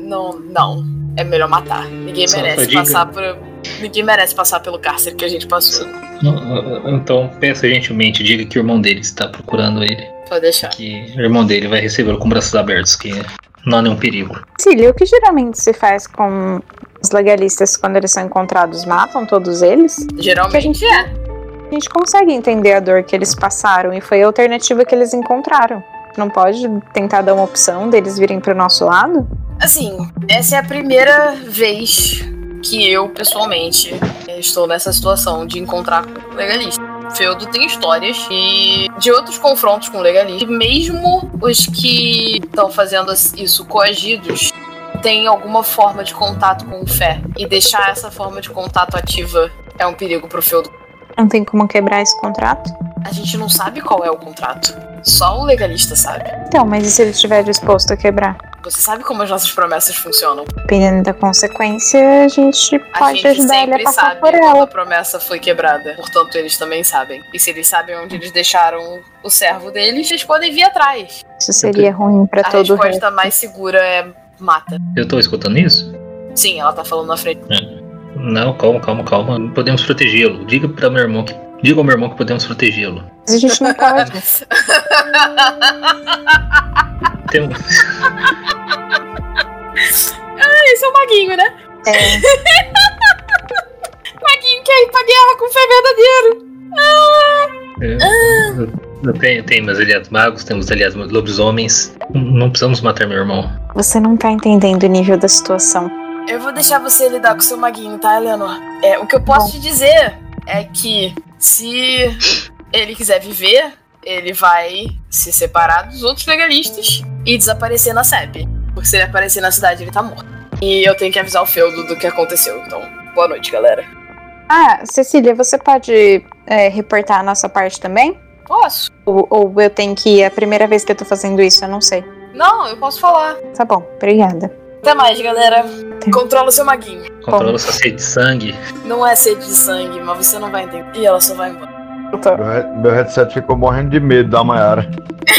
não, não. É melhor matar. Ninguém
Só
merece
uma dica.
passar por. Ninguém merece passar pelo cárcere que a gente passou.
Não, Então, peça gentilmente, diga que o irmão dele está procurando ele.
Pode deixar.
Que o irmão dele vai recebê-lo com braços abertos, que não há nenhum perigo.
Cília, o que geralmente se faz com os legalistas quando eles são encontrados? Matam todos eles?
Geralmente
gente-
é.
A gente consegue entender a dor que eles passaram e foi a alternativa que eles encontraram. Não pode tentar dar uma opção deles virem pro nosso lado?
Assim, essa é a primeira vez que eu, pessoalmente, estou nessa situação de encontrar com um legalista. Feudo tem histórias e de outros confrontos com legalista. E mesmo os que estão fazendo isso coagidos têm alguma forma de contato com o fé. E deixar essa forma de contato ativa é um perigo pro feudo.
Não tem como quebrar esse contrato?
A gente não sabe qual é o contrato. Só o legalista sabe.
Então, mas e se ele estiver disposto a quebrar?
Você sabe como as nossas promessas funcionam.
Dependendo da consequência, a gente
A
pode
gente
ajudar ele
sempre
a passar
sabe né?
por
quando
ela.
a promessa foi quebrada. Portanto, eles também sabem. E se eles sabem onde eles deixaram o servo deles, eles podem vir atrás.
Isso seria ruim pra
a
todo o resto.
resposta mais segura é mata.
Eu tô escutando isso?
Sim, ela tá falando na frente.
Não, calma, calma, calma. Podemos protegê-lo. Diga para meu irmão que. Diga ao meu irmão que podemos protegê-lo.
Mas a gente não pode.
Tem- um
Esse é o Maguinho, né?
É,
Maguinho quer ir pra guerra com fé verdadeiro.
é, eu tenho, tem meus aliados magos, temos aliados lobisomens. N- Não precisamos matar meu irmão.
você não tá entendendo o nível da situação.
Eu vou deixar você lidar com seu Maguinho, tá, Eleanor? É, o que eu posso te dizer é que se ele quiser viver, ele vai se separar dos outros legalistas e desaparecer na SEP. Porque se ele aparecer na cidade, ele tá morto. E eu tenho que avisar o feudo do que aconteceu. Então, boa noite, galera.
Ah, Cecília, você pode é, reportar a nossa parte também?
Posso?
Ou, ou eu tenho que ir? É a primeira vez que eu tô fazendo isso, eu não sei.
Não, eu posso falar.
Tá bom, obrigada.
Até mais, galera. Controla o seu Maguinho.
Controla sua sede de sangue.
Não é sede de sangue, mas você não vai entender. E ela só vai embora.
Meu, head- meu headset ficou morrendo de medo da Mayara.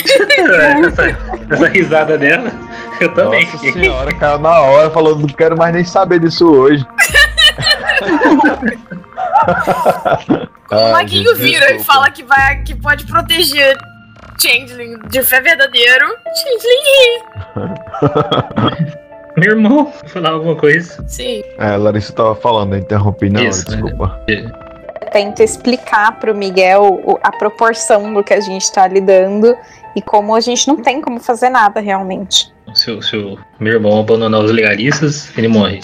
essa, essa risada dela, eu também.
Nossa senhora, caiu na hora, falou, não quero mais nem saber disso hoje.
Ah,
o Maguinho vira e fala que, vai, que pode proteger Changeling de fé verdadeiro. Changeling?
Meu irmão, vou falar alguma coisa.
Sim.
É, Larissa tava falando, eu interrompi na hora,
Isso, né?
desculpa.
Eu tento explicar pro Miguel o- a proporção do que a gente tá lidando e como a gente não tem como fazer nada realmente,
Se, o- se o meu irmão abandonar os legalistas, ele morre.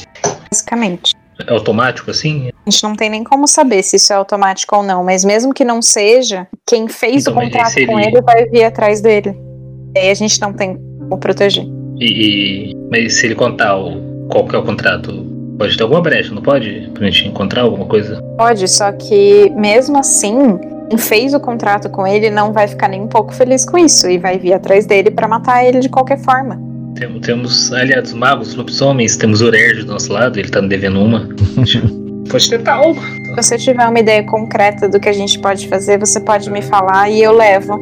basicamente.
É automático assim?
A gente não tem nem como saber se isso é automático ou não, mas mesmo que não seja, quem fez
Então,
o
mas
contrato
esse
com
ele-
ele vai vir atrás dele. E aí a gente não tem como proteger.
E, e- mas se ele contar o, qual que é o contrato, pode ter alguma brecha, não pode? Pra gente encontrar alguma coisa?
Pode, só que mesmo assim, quem fez o contrato com ele não vai ficar nem um pouco feliz com isso e vai vir atrás dele pra matar ele de qualquer forma.
Temos, temos aliados magos, lobisomens, temos o Reg do nosso lado, ele tá me devendo uma. pode ter tal.
Se você tiver uma ideia concreta do que a gente pode fazer, você pode me falar e eu levo.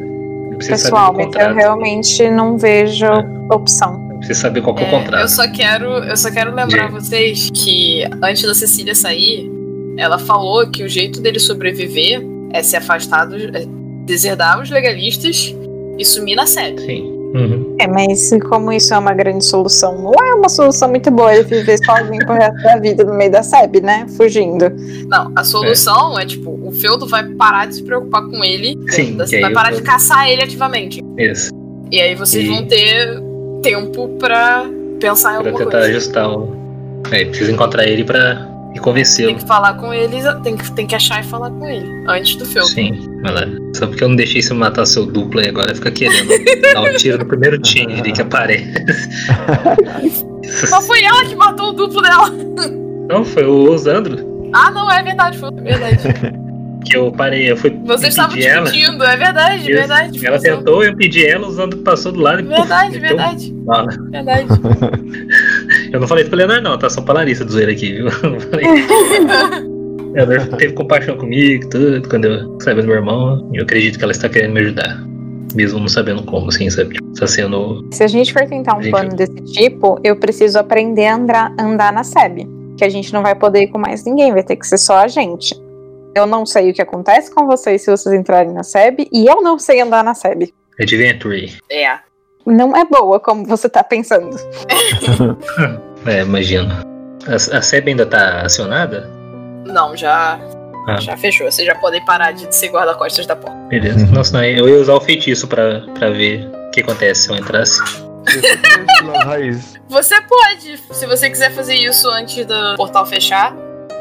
Precisa
Pessoal,
saber do
mas eu
contrato. É.
realmente não vejo opção.
Precisa saber qual que é o
É,
contrato.
Eu só quero, eu só quero lembrar vocês que antes da Cecília sair, ela falou que o jeito dele sobreviver é se afastar, dos, é deserdar os legalistas e sumir na sede.
Sim. Uhum.
É, mas como isso é uma grande solução, não é uma solução muito boa ele viver sozinho pro resto da vida no meio da SEB, né? Fugindo.
Não, a solução é. tipo, o feudo vai parar de se preocupar com ele.
Sim,
da-
que aí
vai
eu
parar
tô-
de caçar ele ativamente.
Isso.
E aí vocês
E-
vão ter tempo pra pensar em
Pra
alguma
tentar
coisa.
ajustar o. É, precisa encontrar ele pra e
Tem
convencê-lo.
que falar com ele, tem que, tem que achar e falar com ele antes do feudo.
Sim, vai lá. Só porque eu não deixei você matar seu duplo aí agora, fica querendo dar um tiro no primeiro time ali que aparece.
Só foi ela que matou o duplo dela.
Não, foi o Osandro
Ah, não, é verdade, foi é verdade.
que eu parei, eu fui
Vocês estavam
impedir ela.
discutindo, é verdade,
Isso.
verdade.
Ela
foi-
tentou, eu pedi ela, o Zandro passou do lado e puf,
Verdade,
meteu um
verdade,
bala.
verdade.
Eu não falei isso pra Leonor, não, tá? Só pra Larissa do zoeira aqui, viu? Eu falei. Ela teve compaixão comigo, tudo, quando eu sabia do meu irmão. E eu acredito que ela está querendo me ajudar. Mesmo não sabendo como, assim, sabe? Tipo, Tá sendo.
Se a gente for tentar um
Gente.
plano desse tipo, eu preciso aprender a andar, andar na SEB. Que a gente não vai poder ir com mais ninguém, vai ter que ser só a gente. Eu não sei o que acontece com vocês se vocês entrarem na SEB, e eu não sei andar na SEB.
Adventure.
É.
Não é boa como você tá pensando.
É, imagino. A, a SEB ainda tá acionada?
Não, já.
Ah.
Já fechou. Vocês já podem parar de ser guarda-costas da porta.
Beleza. Não, senão eu ia usar o feitiço pra, pra ver o que acontece se eu entrasse.
Raiz.
Você pode, se você quiser fazer isso antes do portal fechar,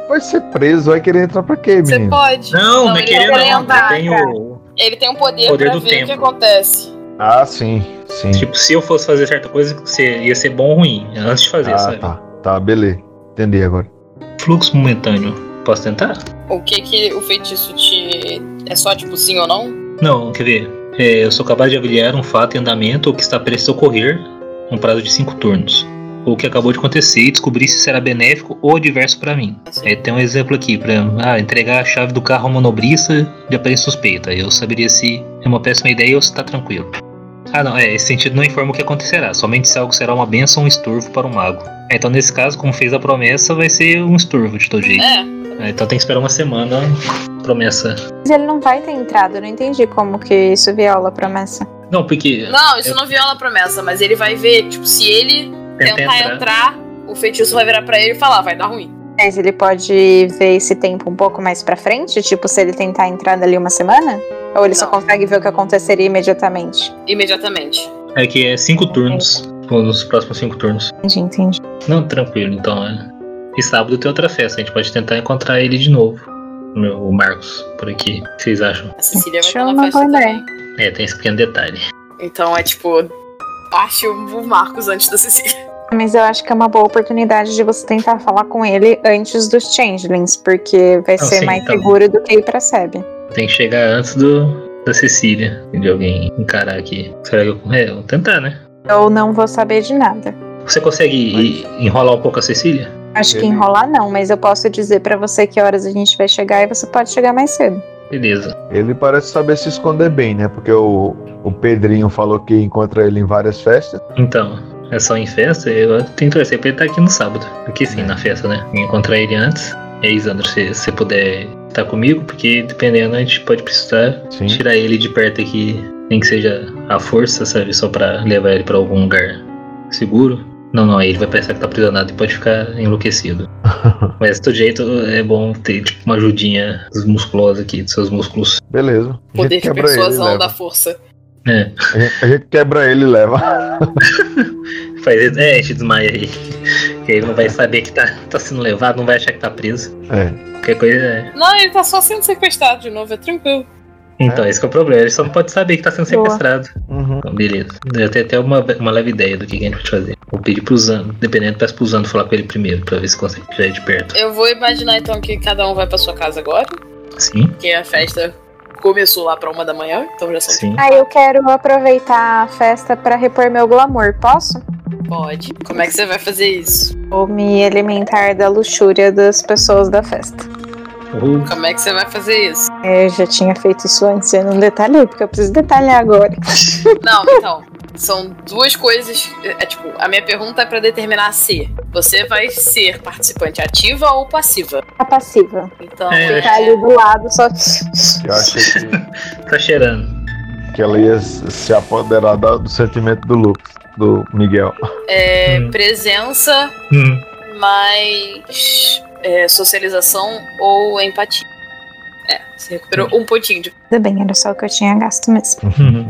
Pode ser preso, vai querer entrar pra quê,
você
menino?
pode.
Não, não é
ele
querer
vai
não.
andar,
Eu tenho.
Ele tem um poder,
Poder
pra
do
ver o que
tempo.
acontece.
Ah, sim, sim.
Tipo, se eu fosse fazer certa coisa, se- ia ser bom ou ruim. Antes de fazer,
Ah,
sabe?
tá. Tá, beleza. Entendi agora.
Fluxo momentâneo. Posso tentar?
O que que o feitiço te. É só tipo sim ou não?
Não, quer ver? É, eu sou capaz de avaliar um fato em andamento ou que está prestes a ocorrer num prazo de cinco turnos. Ou o que acabou de acontecer e descobrir se será benéfico ou adverso para mim. É, tem um exemplo aqui, por exemplo, ah, entregar a chave do carro ao manobrista de aparência suspeita. Eu saberia se é uma péssima ideia ou se está tranquilo. Ah, não, é, esse sentido não informa o que acontecerá, somente se algo será uma benção ou um estorvo para o mago. É, Então, nesse caso, como fez a promessa, vai ser um estorvo de todo jeito.
É.
É, Então tem que esperar uma semana a promessa.
Mas ele não vai ter entrado, eu não entendi como que isso viola a promessa.
Não, porque.
Não, isso não viola a promessa, mas ele vai ver, tipo, se ele
Tenta
tentar entrar, o feitiço vai virar pra ele e falar, vai dar ruim.
Mas ele pode ver esse tempo um pouco mais pra frente, tipo se ele tentar entrar dali uma semana? Ou ele só
Não.
consegue ver o que aconteceria imediatamente?
Imediatamente.
É que é cinco turnos. Tipo, nos próximos cinco turnos.
Entendi, entendi.
Não, tranquilo, então é. E sábado tem outra festa, a gente pode tentar encontrar ele de novo. Meu- O Marcos, por aqui. O que vocês acham?
A Cecília vai
Deixa eu
estar na
uma
festa
boa
também.
É, tem esse pequeno detalhe.
Então é tipo, ache o Marcos antes da Cecília.
Mas eu acho que é uma boa oportunidade de você tentar falar com ele antes dos changelings, porque vai ser
sim,
mais
então.
seguro do que ir pra SEB.
Tem que chegar antes do. Da Cecília, de alguém encarar aqui. Será que eu. É, eu vou tentar, né?
Eu não vou saber de nada.
Você consegue e- enrolar um pouco a Cecília?
Acho que
Beleza.
enrolar não, mas eu posso dizer pra você que horas a gente vai chegar e você pode chegar mais cedo.
Beleza.
Ele parece saber se esconder bem, né? Porque o, o Pedrinho falou que encontra ele em várias festas.
Então, é só em festa? Eu tenho que torcer pra ele estar aqui no sábado. Porque sim, na festa, né? Encontrar ele antes. E aí, Sandro, se você puder estar comigo, porque dependendo, a gente pode precisar
Sim.
tirar ele de perto aqui, nem que seja a força, sabe? Só pra levar ele pra algum lugar seguro. Não, não, aí ele vai pensar que tá aprisionado e pode ficar enlouquecido. Mas de todo jeito é bom ter tipo, uma ajudinha musculosa aqui, dos seus músculos.
Beleza. A gente
Poder de
quebra ele e
persuasão
leva.
da força.
É,
A gente- a gente quebra ele e leva.
faz, é, a gente desmaia aí. Que aí ele não vai saber que tá, tá sendo levado, não vai achar que tá preso.
É.
Qualquer coisa é.
Não, ele tá só sendo sequestrado de novo, é tranquilo.
Então, esse que é o problema. Ele só não pode saber que tá sendo
Boa.
sequestrado.
Uhum.
Então, beleza. Eu tenho até uma, uma leve ideia do que que a gente pode fazer. Vou pedir pro Zano, dependendo, peço pro Zano falar com ele primeiro, pra ver se consegue tirar ele de perto.
Eu vou imaginar então que cada um vai pra sua casa agora,
Sim,
porque a festa começou lá pra uma da manhã, então já são
sim.
Ah, eu quero aproveitar a festa pra repor meu glamour, posso?
pode. Como é que você vai fazer isso?
Vou me alimentar da luxúria das pessoas da festa.
Uhul.
Como é que você vai fazer isso?
Eu já tinha feito isso antes, eu não detalhei, porque eu preciso detalhar agora.
Não, então. São duas coisas. É tipo, a minha pergunta é pra determinar se você vai ser participante ativa ou passiva.
Tá
A passiva.
Então,
É, eu
é,
Tá ali do lado, só.
Eu achei que.
Tá cheirando.
que ela ia se apoderar da- do sentimento do Lucas, do Miguel.
É,
Hum.
Presença
Hum,
mais é, socialização ou empatia. É, você recuperou um pontinho de.
Ainda bem, era só o que eu tinha gasto mesmo.
hum.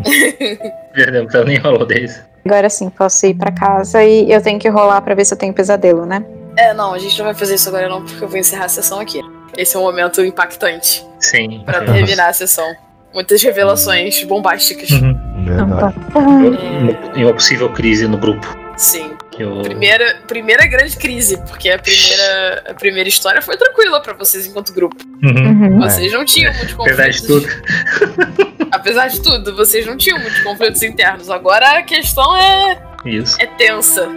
Verdade, não nem rolou 10.
Agora sim, posso ir pra casa e eu tenho que rolar pra ver se eu tenho pesadelo, né?
É, não, a gente não vai fazer isso agora não, porque eu vou encerrar a sessão aqui. Esse é um momento impactante
Sim.
pra
Uhum.
terminar a sessão. Muitas revelações bombásticas.
Uhum.
Então tá.
Verdade.
Então, tá.
E uma possível crise no grupo.
Sim.
Que eu...
Primeira, primeira grande crise, porque a primeira, a primeira história foi tranquila pra vocês enquanto grupo.
Uhum.
É.
Uhum.
Vocês não tinham muitos
Apesar de
conflitos.
tudo.
Apesar de tudo, vocês não tinham muitos conflitos internos. Agora a questão é,
Isso.
é tensa.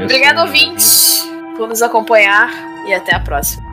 Obrigado, ouvintes, por nos acompanhar e até a próxima.